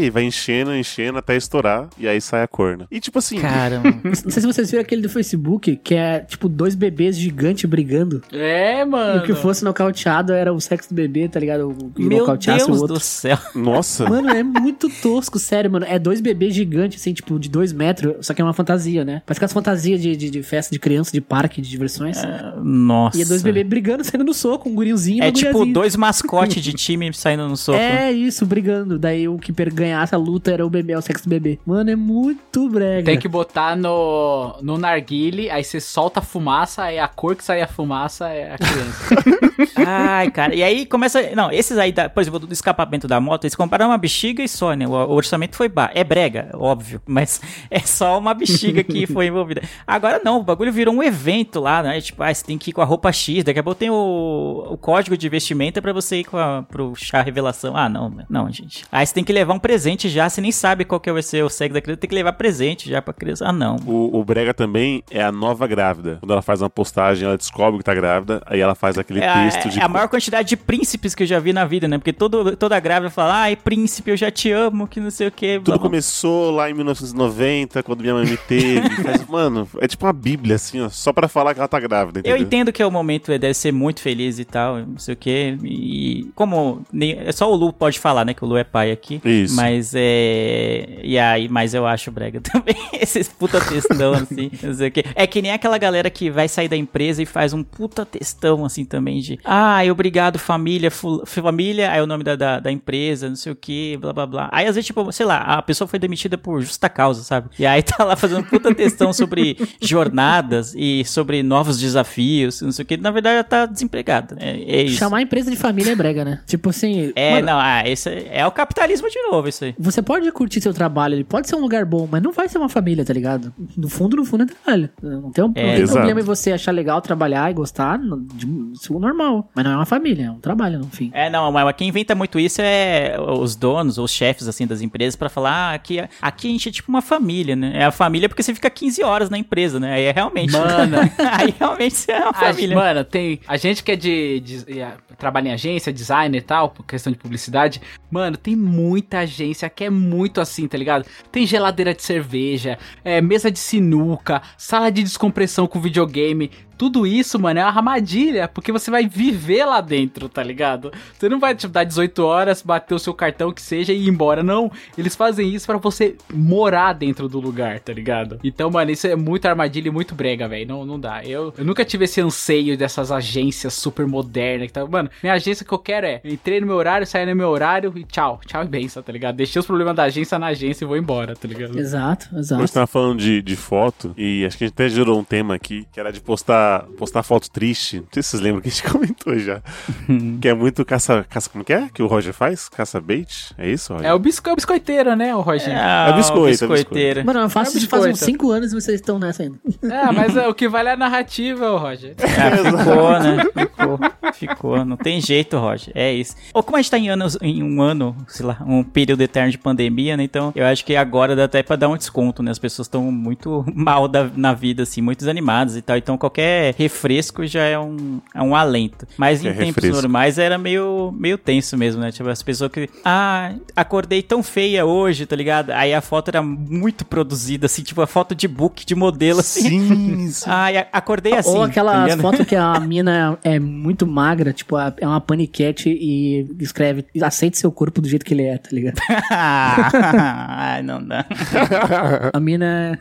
S1: E vai enchendo, enchendo até estourar. E aí sai a corna. E tipo assim.
S2: Caramba.
S3: Não sei se vocês viram aquele do Facebook, que é tipo dois bebês gigantes brigando.
S4: É,
S3: E
S4: mano.
S3: o que fosse nocauteado era o sexo do bebê, tá ligado? O que
S2: Meu
S3: nocauteasse
S2: Deus
S3: o outro.
S2: do céu.
S1: Nossa.
S3: Mano, é muito tosco, sério, mano. É dois bebês gigantes, assim, tipo, de dois metros, só que é uma fantasia, né? Parece aquelas fantasias de, de, de festa de criança, de parque, de diversões.
S2: Nossa.
S3: E é dois bebês brigando, saindo no soco, um gurinhozinho e uma
S2: É tipo
S3: guriazinha.
S2: dois mascotes de time saindo no soco.
S3: É isso, brigando. Daí o que per- ganhasse a luta era o bebê, é o sexo do bebê. Mano, é muito brega.
S4: Tem que botar no, no narguile, aí você solta a fumaça, aí a cor que sai a fumaça é
S3: [laughs]
S4: a criança.
S2: Ai, cara. E aí começa. Não, esses aí, da, por exemplo, do escapamento da moto, eles compraram uma bexiga e só, né? O, o orçamento foi bar. É brega, óbvio. Mas [laughs] é só uma bexiga que foi envolvida. Agora não, o bagulho virou um evento lá, né? Tipo, ah, você tem que ir com a roupa X. Daqui a pouco tem o, o código de vestimenta pra você ir com a, pro chá revelação. Ah, não, meu. não, gente. Aí você tem que levar um presente já. Você nem sabe qual que vai ser o sexo da criança. Tem que levar presente já pra criança. Ah, não.
S1: O, o Brega também é a nova grávida. Quando ela faz uma postagem, ela descobre que tá grávida, aí ela faz aquele
S2: É, a-
S1: texto de.
S2: é a maior quantidade de príncipes que eu já vi na vida, né? Porque todo, toda grávida fala, ai, príncipe, eu já te amo, que não sei o quê.
S1: Tudo
S4: Tá
S2: Blá, blá.
S1: começou lá em 1990, quando minha mãe me teve.
S4: [laughs]
S1: Mas, mano, é tipo uma bíblia, assim, ó, só pra falar que ela tá grávida,
S2: Eu
S1: entendeu?
S2: entendo que é o momento, é, deve ser muito feliz e tal, não sei o quê. E como. nem- é Só o Lu pode falar, né? Que o Lu é pai aqui.
S1: Isso.
S2: Mas é. E aí, mas eu acho brega [laughs] também. Esses puta textão, assim, não sei o quê. É que nem aquela galera que vai sair da empresa e faz um puta textão, assim, também, de. Ai, obrigado, família, ful- família, aí é o nome da, da, da empresa, não sei o quê, blá blá blá. Aí às vezes, tipo, sei lá, a pessoa foi demitida por justa causa, sabe? E aí tá lá fazendo puta textão sobre jornadas e sobre novos desafios, não sei o quê. Na verdade, ela tá desempregada. É, é isso.
S3: Chamar a empresa de família é brega, né? Tipo assim.
S2: É,
S3: mano,
S2: não, ah, esse é, é o capitalismo de novo, isso aí.
S3: Você pode curtir seu trabalho, ele pode ser um lugar bom, mas não vai ser uma família, tá ligado? No fundo, no fundo é trabalho. Não tem, um, não tem
S1: exato.
S3: problema em você achar legal trabalhar e gostar, no- de, isso é normal. Mas não é uma família, é um trabalho, no fim.
S2: É, não, mas quem inventa muito isso é os donos, os chefes, assim, das empresas pra falar, ah, aqui, aqui a gente é tipo uma família, né? É a família porque você fica 15 horas na empresa, né? Aí é realmente.
S4: Mano.
S2: [laughs] aí realmente você é uma
S4: A,
S2: família.
S4: mano, tem. A gente que é de. de- é, trabalha em agência, designer e tal, por questão de publicidade. Mano, tem muita agência que é muito assim, tá ligado? Tem geladeira de cerveja, é, mesa de sinuca, sala de descompressão com videogame. Tudo isso, mano, é uma armadilha, porque você vai viver lá dentro, tá ligado? Você não vai, tipo, dar 18 horas, bater o seu cartão, que seja, e ir embora, não. Eles fazem isso pra você morar dentro do lugar, tá ligado? Então, mano, isso é muito armadilha e muito brega, velho. Não, não dá. Eu, eu nunca tive esse anseio dessas agências super modernas que tá. Mano, minha agência que eu quero é entrei no meu horário, saí no meu horário e tchau. Tchau e benção, tá ligado? Deixei os problemas da agência na agência e vou embora, tá ligado?
S3: Exato, exato.
S1: Hoje tava falando de, de foto e acho que a gente até gerou um tema aqui, que era de postar, postar foto triste. Não sei se vocês lembram que a gente [laughs] comentou
S4: [laughs]
S1: já. que é muito caça, caça. Como que é? Que o Roger faz? Caça bait? É isso, Roger?
S4: É o, bisco, é o biscoiteiro, né, o Roginho?
S2: Ah,
S1: É o biscoito, é o biscoito.
S2: biscoiteira.
S3: Mano, eu faço
S4: É
S3: isso faz uns
S4: biscoito.
S3: 5 anos e vocês estão nessa ainda.
S4: É, mas é, o que vale é a narrativa, ô Roger.
S2: Ah, ficou, né? Ficou, ficou. Não tem jeito, Roger. É isso. Ou como a gente tá em, anos, em um ano, sei lá, um período eterno de pandemia, né? Então, eu acho que agora dá até pra dar um desconto, né? As pessoas estão muito [laughs] mal da- na vida, assim, muito desanimadas e tal. Então, qualquer refresco já é um, é um alento. Mas em
S1: É
S2: tempos
S1: refresco.
S2: normais era meio, meio tenso mesmo, né? Tipo, as pessoas que. Ah, acordei tão feia hoje, tá ligado? Aí a foto era muito produzida, assim, tipo, a foto de book, de modelo, assim.
S1: Sim, sim.
S2: Ai, a- acordei assim.
S3: Ou
S2: tá
S3: aquela
S2: ligado?
S3: foto que a mina é muito magra, tipo, a- é uma paniquete e escreve, aceite seu corpo do jeito que ele é, tá ligado?
S2: [laughs] Ai, não dá.
S3: A mina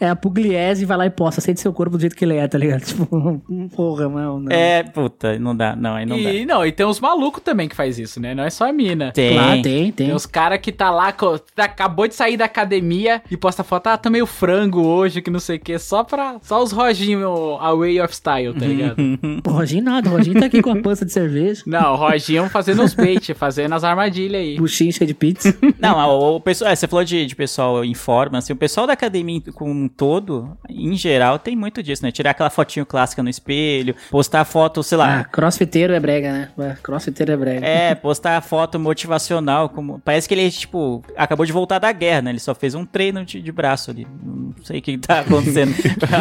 S3: é [laughs] a pugliese e vai lá e posta, aceite seu corpo do jeito que ele é, tá ligado? [laughs] Tipo, porra, né? não, não.
S2: É, puta, não dá, não, aí não
S4: e não, e tem uns malucos também que faz isso, né? Não é só a mina.
S2: dá. Tem.
S3: Claro, Ah, tem, tem.
S4: Tem uns cara que tá lá, co- tá- acabou de sair da academia e posta foto, ah, tá meio frango hoje, que não sei o que, só pra. Só os Roginho, a way of style, tá
S2: Uhum.
S4: ligado?
S3: O Roginho nada, o Roginho tá aqui com a pança de cerveja,
S4: não, o Roginho fazendo os bait, fazendo as armadilhas aí.
S3: buchincha de pizza.
S2: Não, o, o pessoal, é, você falou de, de pessoal em forma, assim, o pessoal da academia em- como um todo, em geral, tem muito disso, né? Tirar aquela fotinho clássica no espelho, postar foto, sei lá,
S3: Ah, crossfiteiro é brega, né? Ué, Crossfiteiro é brega.
S2: É, postar a foto motivacional. Como... Parece que ele, tipo, acabou de voltar da guerra, né? Ele só fez um treino de, de braço ali. Não sei o que tá
S3: [laughs]
S2: acontecendo.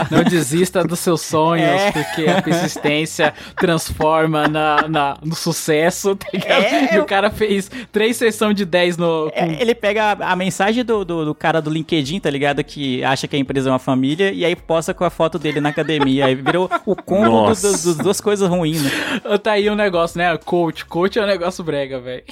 S4: Não desista dos seus sonhos,
S2: É.
S4: porque a persistência transforma na, na- no sucesso, tá ligado?
S2: É,
S4: e
S2: eu-
S4: o cara fez três sessões de 10 no. com-
S2: É, ele pega a, a mensagem do, do, do cara do LinkedIn, tá ligado? Que acha que a empresa é uma família, e aí posta com a foto dele na academia. Aí virou o combo dos
S1: Nossa.
S2: dos- dos duas coisas ruins, né?
S4: Tá aí um negócio, né? Coach. Coach é um negócio brega, velho.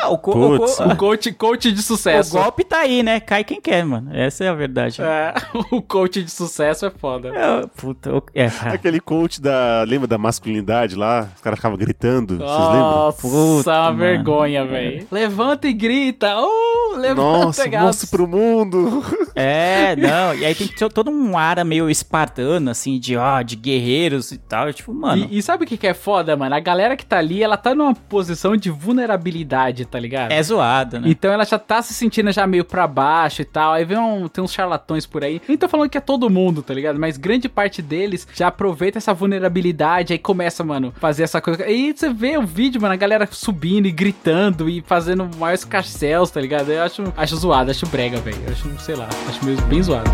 S2: Ah, o, co- o co-
S1: Putz,
S2: o
S4: O coach, coach de sucesso.
S2: golpe tá aí, né? Cai quem quer, mano. Essa é a verdade.
S4: É, [laughs] o coach de sucesso é foda.
S2: É, puta, o- é,
S1: [laughs]
S2: ah,
S1: Aquele coach da. Lembra da masculinidade lá? Os caras ficavam gritando. Vocês
S4: Oh,
S1: lembram?
S4: Nossa,
S2: Puta,
S4: uma
S2: mano.
S4: vergonha, velho. Levanta e grita. Uh, levanta,
S1: Nossa,
S4: gato.
S1: mostra pro mundo.
S2: É, não. E aí tem to- todo um ara meio espartano, assim, de ó, de guerreiros e tal. Eu, Tipo, mano.
S4: E, e sabe o que, que é foda, mano? A galera que tá ali, ela tá numa posição de vulnerabilidade, tá ligado?
S2: É zoado, né?
S4: Então ela já tá se sentindo já meio pra baixo e tal. Aí vem um, tem uns charlatões por aí. Nem tô falando que é todo mundo, tá ligado? Mas grande parte deles já aproveita essa vulnerabilidade. Aí começa, mano, fazer essa coisa. E você vê o vídeo, mano, a galera subindo e gritando e fazendo maiores carcéus, tá ligado? Eu acho, acho zoado, acho brega, velho. Eu Acho, sei lá, acho meio bem zoado.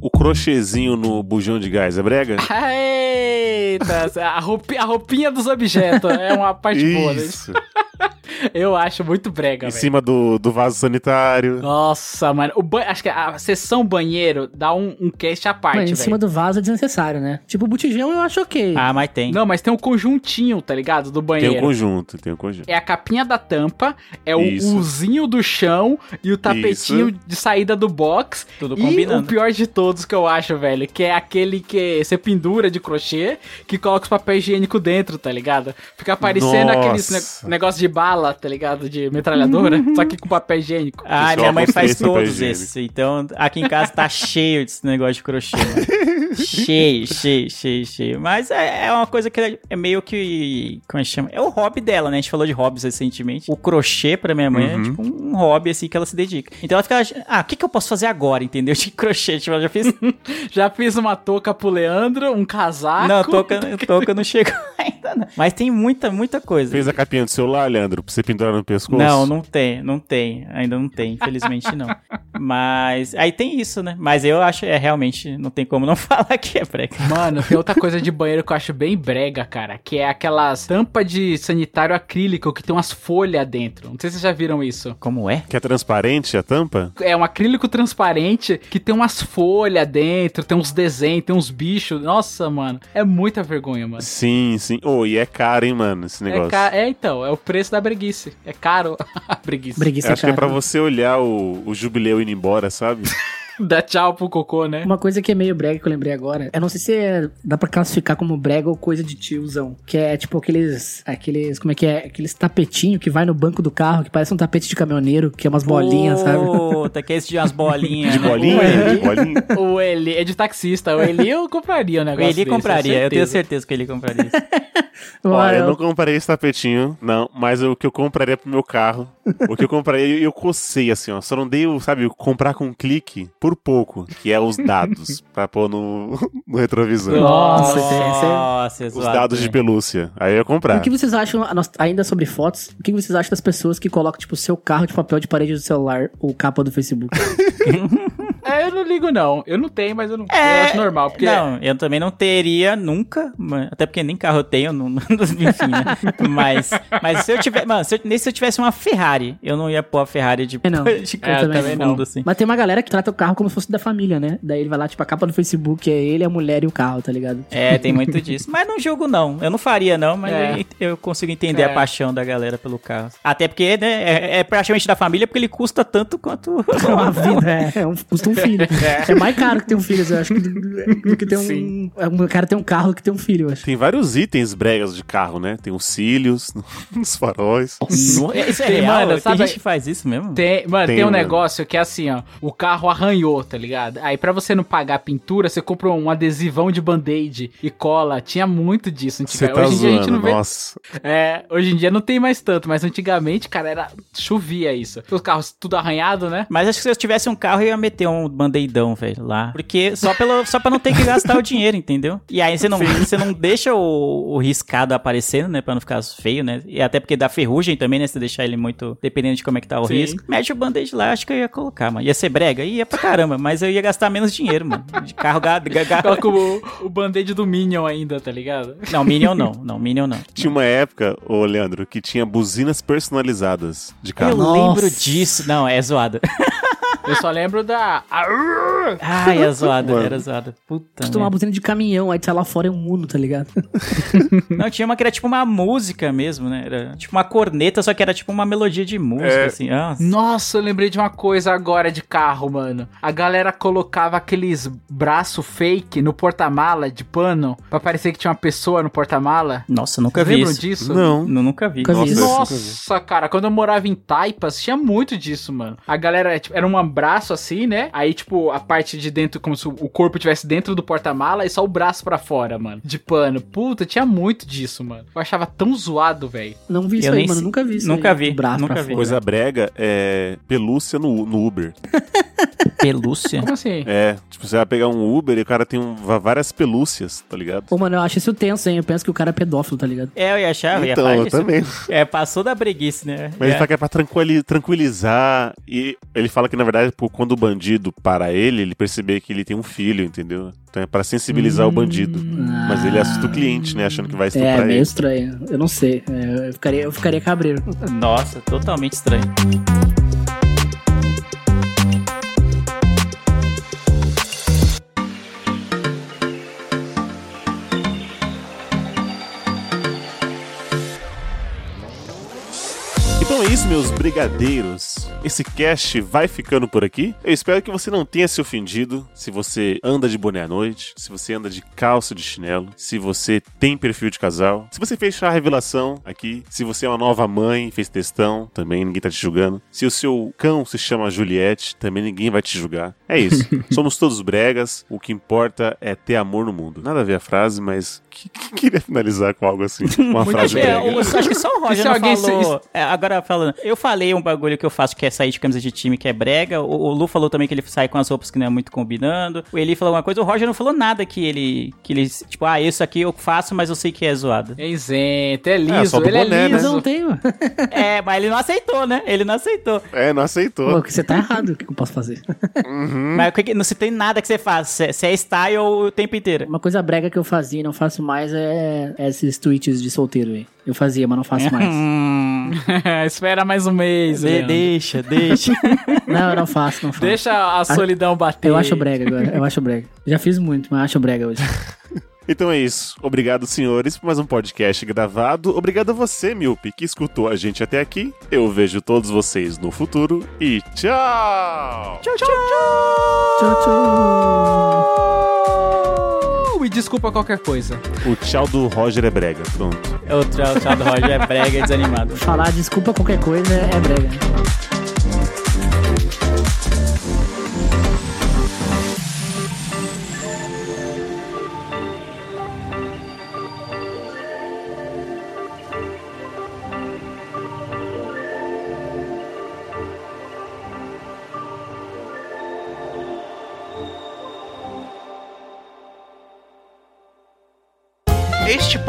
S1: O crochêzinho no bujão de gás é
S4: [laughs]
S1: brega?
S4: Eita, [laughs] a, roupi- a roupinha dos objetos é uma parte boa, né?
S1: Isso.
S4: Eu acho muito brega,
S1: Em
S4: velho.
S1: cima do, do vaso
S4: Então,
S1: sanitário.
S4: Nossa, mano. O ban- Acho que a sessão banheiro dá um, um cast à parte,
S3: Mas em
S4: velho.
S3: cima do vaso é desnecessário, né? Tipo, o botijão eu acho ok.
S2: Ah, mas tem.
S4: Não, mas tem um conjuntinho, tá ligado? Do
S1: Tem
S4: banheiro.
S1: um conjunto, tem um conjunto.
S4: É a capinha da tampa, é
S1: Isso.
S4: o uzinho do chão e o tapetinho de saída do box.
S2: Tudo
S4: E o
S2: combinando.
S4: pior de todos que eu acho, velho, que é aquele que você pendura de crochê, que coloca os papel higiênico dentro, tá ligado? Fica parecendo
S1: Nossa.
S4: aqueles ne- negócio de bala, tá ligado? De metralhadora,
S3: [laughs]
S4: só que com papel higiênico.
S2: Ah,
S1: Pessoal,
S2: minha mãe faz
S1: consciência do
S2: todos
S1: higiene.
S2: esses. Então, aqui em casa tá cheio desse negócio de crochê. mano. cheio, cheio, cheio, cheio. Mas é, é uma coisa que é meio que. Como é que chama? É o hobby dela, né? A gente falou de hobbies recentemente. O crochê pra minha mãe é tipo um hobby, assim, que ela se dedica. Então ela fica. Ah, o que, que eu posso fazer agora, entendeu? De crochê. Tipo, ela já fez
S4: Já fiz uma touca pro Leandro, um casaco.
S2: Não, touca, touca não chegou [laughs] ainda, não. Mas tem muita, muita coisa.
S1: Fez a capinha do celular, Leandro, pra você pendurar no pescoço?
S2: Não, não tem, não tem. Ainda não tem, infelizmente não. Mas. Aí tem isso, né? Mas eu acho, é realmente, não tem como não [laughs] falar que é breca.
S4: Mano, tem outra coisa de banheiro que eu acho bem brega, cara, que é aquelas tampa de sanitário acrílico que tem umas folhas dentro. Não sei se vocês já viram isso.
S2: Como é?
S1: Que é transparente a tampa?
S4: É um acrílico transparente que tem umas folhas dentro, tem uns desenhos, tem uns bichos. Nossa, mano, é muita vergonha, mano.
S1: Sim, sim. Oh, e é caro, hein, mano, esse negócio.
S4: É, ca- é, então, é o preço da breguice. É caro [laughs] a breguice.
S1: Eu
S3: Preguiça,
S1: acho que é
S3: cara.
S1: pra você olhar o, o jubileu indo embora, sabe?
S4: Dá tchau pro cocô, né?
S3: Uma coisa que é meio brega que eu lembrei agora, eu não sei se é- dá pra classificar como brega ou coisa de tiozão, que é tipo aqueles, aqueles, como é que é, aqueles tapetinho que vai no banco do carro, que parece um tapete de caminhoneiro, que é umas bolinhas, [laughs] sabe?
S2: Puta, que é isso de umas bolinhas.
S1: De
S2: né?
S1: bolinha, de bolinha.
S4: O Eli é de taxista. O Eli eu compraria um
S2: O
S4: negócio
S2: Eli
S1: é
S4: desse,
S2: compraria, eu tenho
S4: certeza.
S2: certeza que ele compraria isso.
S1: Ó,
S3: Olha,
S1: eu não comprei esse tapetinho, não, mas o que eu compraria pro meu carro, o que eu compraria, eu cocei assim, ó, só não dei, o, sabe, o comprar com clique por pouco, que é os dados, pra pôr no, [laughs] no retrovisor.
S4: Nossa, é-
S2: Nossa, é né?
S1: Os dados de pelúcia, aí eu ia
S3: O
S1: comprar.
S3: que vocês acham, a nós- ainda sobre fotos, o que vocês acham das pessoas que colocam, tipo, seu carro de papel de parede do celular ou capa
S1: [laughs]
S3: do Facebook?
S4: É, eu não ligo, não. Eu não tenho, mas eu não. eu acho normal, porque.
S2: É, Não, eu também não teria nunca, ma- até porque nem carro eu tenho, não, [laughs] não- enfim, né? Mas, mas se eu tiver, mano, se eu, nem se eu tivesse uma Ferrari, eu não ia pôr a Ferrari de,
S3: É,
S2: [laughs]
S3: não.
S2: de
S4: É, eu
S2: canto
S4: também
S2: fundo,
S4: não.
S2: assim.
S3: Mas tem uma galera que trata o carro como se fosse da família, né? Daí ele vai lá, tipo, a capa do Facebook é ele, a mulher e o carro, tá ligado?
S2: É, tem muito disso. Mas não jogo, não. Eu não faria, não, mas
S4: É.
S2: eu ent- eu consigo entender
S4: É.
S2: a paixão da galera pelo carro. [laughs] Até porque, né, é, é praticamente da família, porque ele custa tanto quanto
S3: É uma vida, é. é um, custa um um
S2: [laughs]
S3: filho. É mais caro que ter um filho, eu acho, que do, do que ter um.
S4: Sim.
S3: Um cara ter um carro do que ter um filho, eu acho.
S1: Tem vários itens bregas de carro, né? Tem os cílios, [laughs] os faróis.
S2: Não- Isso é
S4: Tem,
S2: real?
S4: mano,
S2: tem
S4: sabe-
S2: gente que faz isso mesmo?
S4: Tem, mano,
S1: Tem,
S4: tem, um
S1: mano.
S4: negócio que é assim, ó. O carro arranhou, tá ligado? Aí pra você não pagar a pintura, você compra um adesivão de band-aid e cola. Tinha muito disso
S1: Você
S4: antigamente.
S1: tá
S4: hoje em dia a gente
S1: zoando,
S4: não vê.
S1: nossa.
S4: É, hoje em dia não tem mais tanto, mas antigamente, cara, era chovia isso. Os carros tudo arranhado, né?
S2: Mas acho que se eu tivesse um carro, eu ia meter um bandeidão, velho, lá. Porque só, pelo, só pra não ter que gastar o dinheiro, entendeu? E aí você não, você não deixa o, o riscado aparecendo, né? Pra não ficar feio, né? E até porque dá ferrugem também, né? Se deixar ele muito. Dependendo de como é que tá o
S4: Sim.
S2: risco. Mete o band-aid lá, acho que eu ia colocar, mano. Ia ser brega? Ia pra caramba, mas eu ia gastar menos dinheiro, mano. De carro ga, ga, ga-
S4: Coloca o, o band-aid do Minion ainda, tá ligado?
S2: Não, Minion não. Não, Minion não.
S1: Tinha uma época, ô Leandro, que tinha buzinas personalizadas de
S2: Eu
S1: carro.
S2: lembro
S3: Nossa.
S2: disso. Não, é zoado. [laughs]
S4: Eu só lembro da. [laughs] Arrrr!
S2: Ai, é zoado, era zoado. Puta.
S3: Tomar
S2: merda.
S3: buzina de caminhão, aí tu sai lá fora é um mundo, tá ligado?
S2: Não, tinha uma que era tipo uma música mesmo, né? Era tipo uma corneta, só que era tipo uma melodia de música,
S1: É.
S2: assim. Ah,
S4: Nossa, eu lembrei de uma coisa agora de carro, mano. A galera colocava aqueles braço fake no porta-mala de pano pra parecer que tinha uma pessoa no porta-mala.
S2: Nossa, eu nunca
S4: Vocês
S2: vi
S4: lembram
S2: isso.
S4: disso?
S1: Não.
S2: Nu- Nunca vi.
S3: Nunca vi
S1: Nossa,
S3: isso.
S4: Nossa, cara, quando eu morava em Taipas, tinha muito disso, mano. A galera, tipo, era um abraço assim, né? Aí, tipo, a parte de dentro, como se o corpo tivesse dentro do porta-mala e só o braço pra fora, mano. De pano. Puta, tinha muito disso, mano. Eu achava tão zoado, velho.
S3: Não vi isso
S2: Eu
S3: aí,
S2: nem
S3: mano.
S2: sei.
S3: Nunca vi isso.
S2: Nunca
S3: aí.
S2: vi,
S3: O braço
S2: nunca
S3: pra
S2: vi.
S3: fora.
S1: Coisa brega é pelúcia no, no Uber.
S4: [laughs]
S2: Pelúcia.
S4: Como assim?
S1: É, tipo, você vai pegar um Uber e o cara tem um- va- várias pelúcias, tá ligado?
S3: Ô, mano, eu acho isso tenso, hein? Eu penso que o cara é pedófilo, tá ligado?
S2: É, eu ia achar, eu ia
S1: Então,
S2: falar
S1: eu
S2: disso.
S1: também.
S2: É, passou da preguiça, né?
S1: Mas ele
S2: É.
S1: fala que é pra tranquili- tranquilizar. E ele fala que, na verdade, pô, quando o bandido para ele, ele perceber que ele tem um filho, entendeu? Então é pra sensibilizar o bandido. Mas ele assusta o cliente, né? Achando que vai
S3: Hum, ah, É,
S1: estuprar
S3: meio
S1: ele.
S3: estranho. Eu não sei. É, eu, ficaria, eu ficaria cabreiro.
S2: Nossa, totalmente estranho.
S1: Então é isso, meus brigadeiros. Esse cast vai ficando por aqui. Eu espero que você não tenha se ofendido se você anda de boné à noite, se você anda de calça de chinelo, se você tem perfil de casal, se você fez a revelação aqui, se você é uma nova mãe, fez textão, também ninguém tá te julgando. Se o seu cão se chama Juliette, também ninguém vai te julgar. É isso. Somos todos bregas. O que importa é ter amor no mundo. Nada a ver a frase, mas que, que- queria finalizar com algo assim. Uma frase
S2: É,
S1: brega.
S2: eu acho que só o
S4: E se
S2: Roger não
S4: alguém
S2: falou. É, agora falando, eu falei um bagulho que eu faço que é sair de camisa de time que é brega. O, o Lu falou também que ele sai com as roupas que não é muito combinando. O Eli falou uma coisa, o Roger não falou nada que ele. que ele, tipo, ah, isso aqui eu faço, mas eu sei que é zoado.
S4: É isento, é liso,
S1: só do
S4: ele
S1: boné,
S4: é
S1: né?
S3: Mas
S4: liso.
S3: eu
S2: [laughs]
S3: não tenho.
S2: é, mas ele não aceitou, né? Ele não aceitou.
S1: É, não aceitou.
S3: Pô, você tá errado. O que que eu posso fazer?
S2: Mas o que que- não se tem nada que você faça. Se é style o tempo inteiro.
S3: Uma coisa brega que eu fazia e não faço mais é esses tweets de solteiro aí. Eu fazia, mas não
S2: [laughs]
S3: faço mais.
S2: Hum,
S4: [laughs] Espera mais um mês,
S2: de-
S4: Leandro.
S2: deixa, deixa.
S3: não, eu não faço, não faço.
S4: Deixa a solidão bater.
S3: Eu acho brega agora, eu acho brega. Já fiz muito, mas acho brega hoje.
S1: Então é isso. Obrigado, senhores, por mais um podcast gravado. Obrigado a você, Milpe, que escutou a gente até aqui. Eu vejo todos vocês no futuro e tchau!
S3: tchau, tchau.
S4: E desculpa qualquer coisa.
S1: O tchau do Roger é brega. Pronto.
S2: [laughs] É o tchau tchau do Roger é brega e desanimado.
S3: Falar desculpa qualquer coisa é brega. né?
S5: Este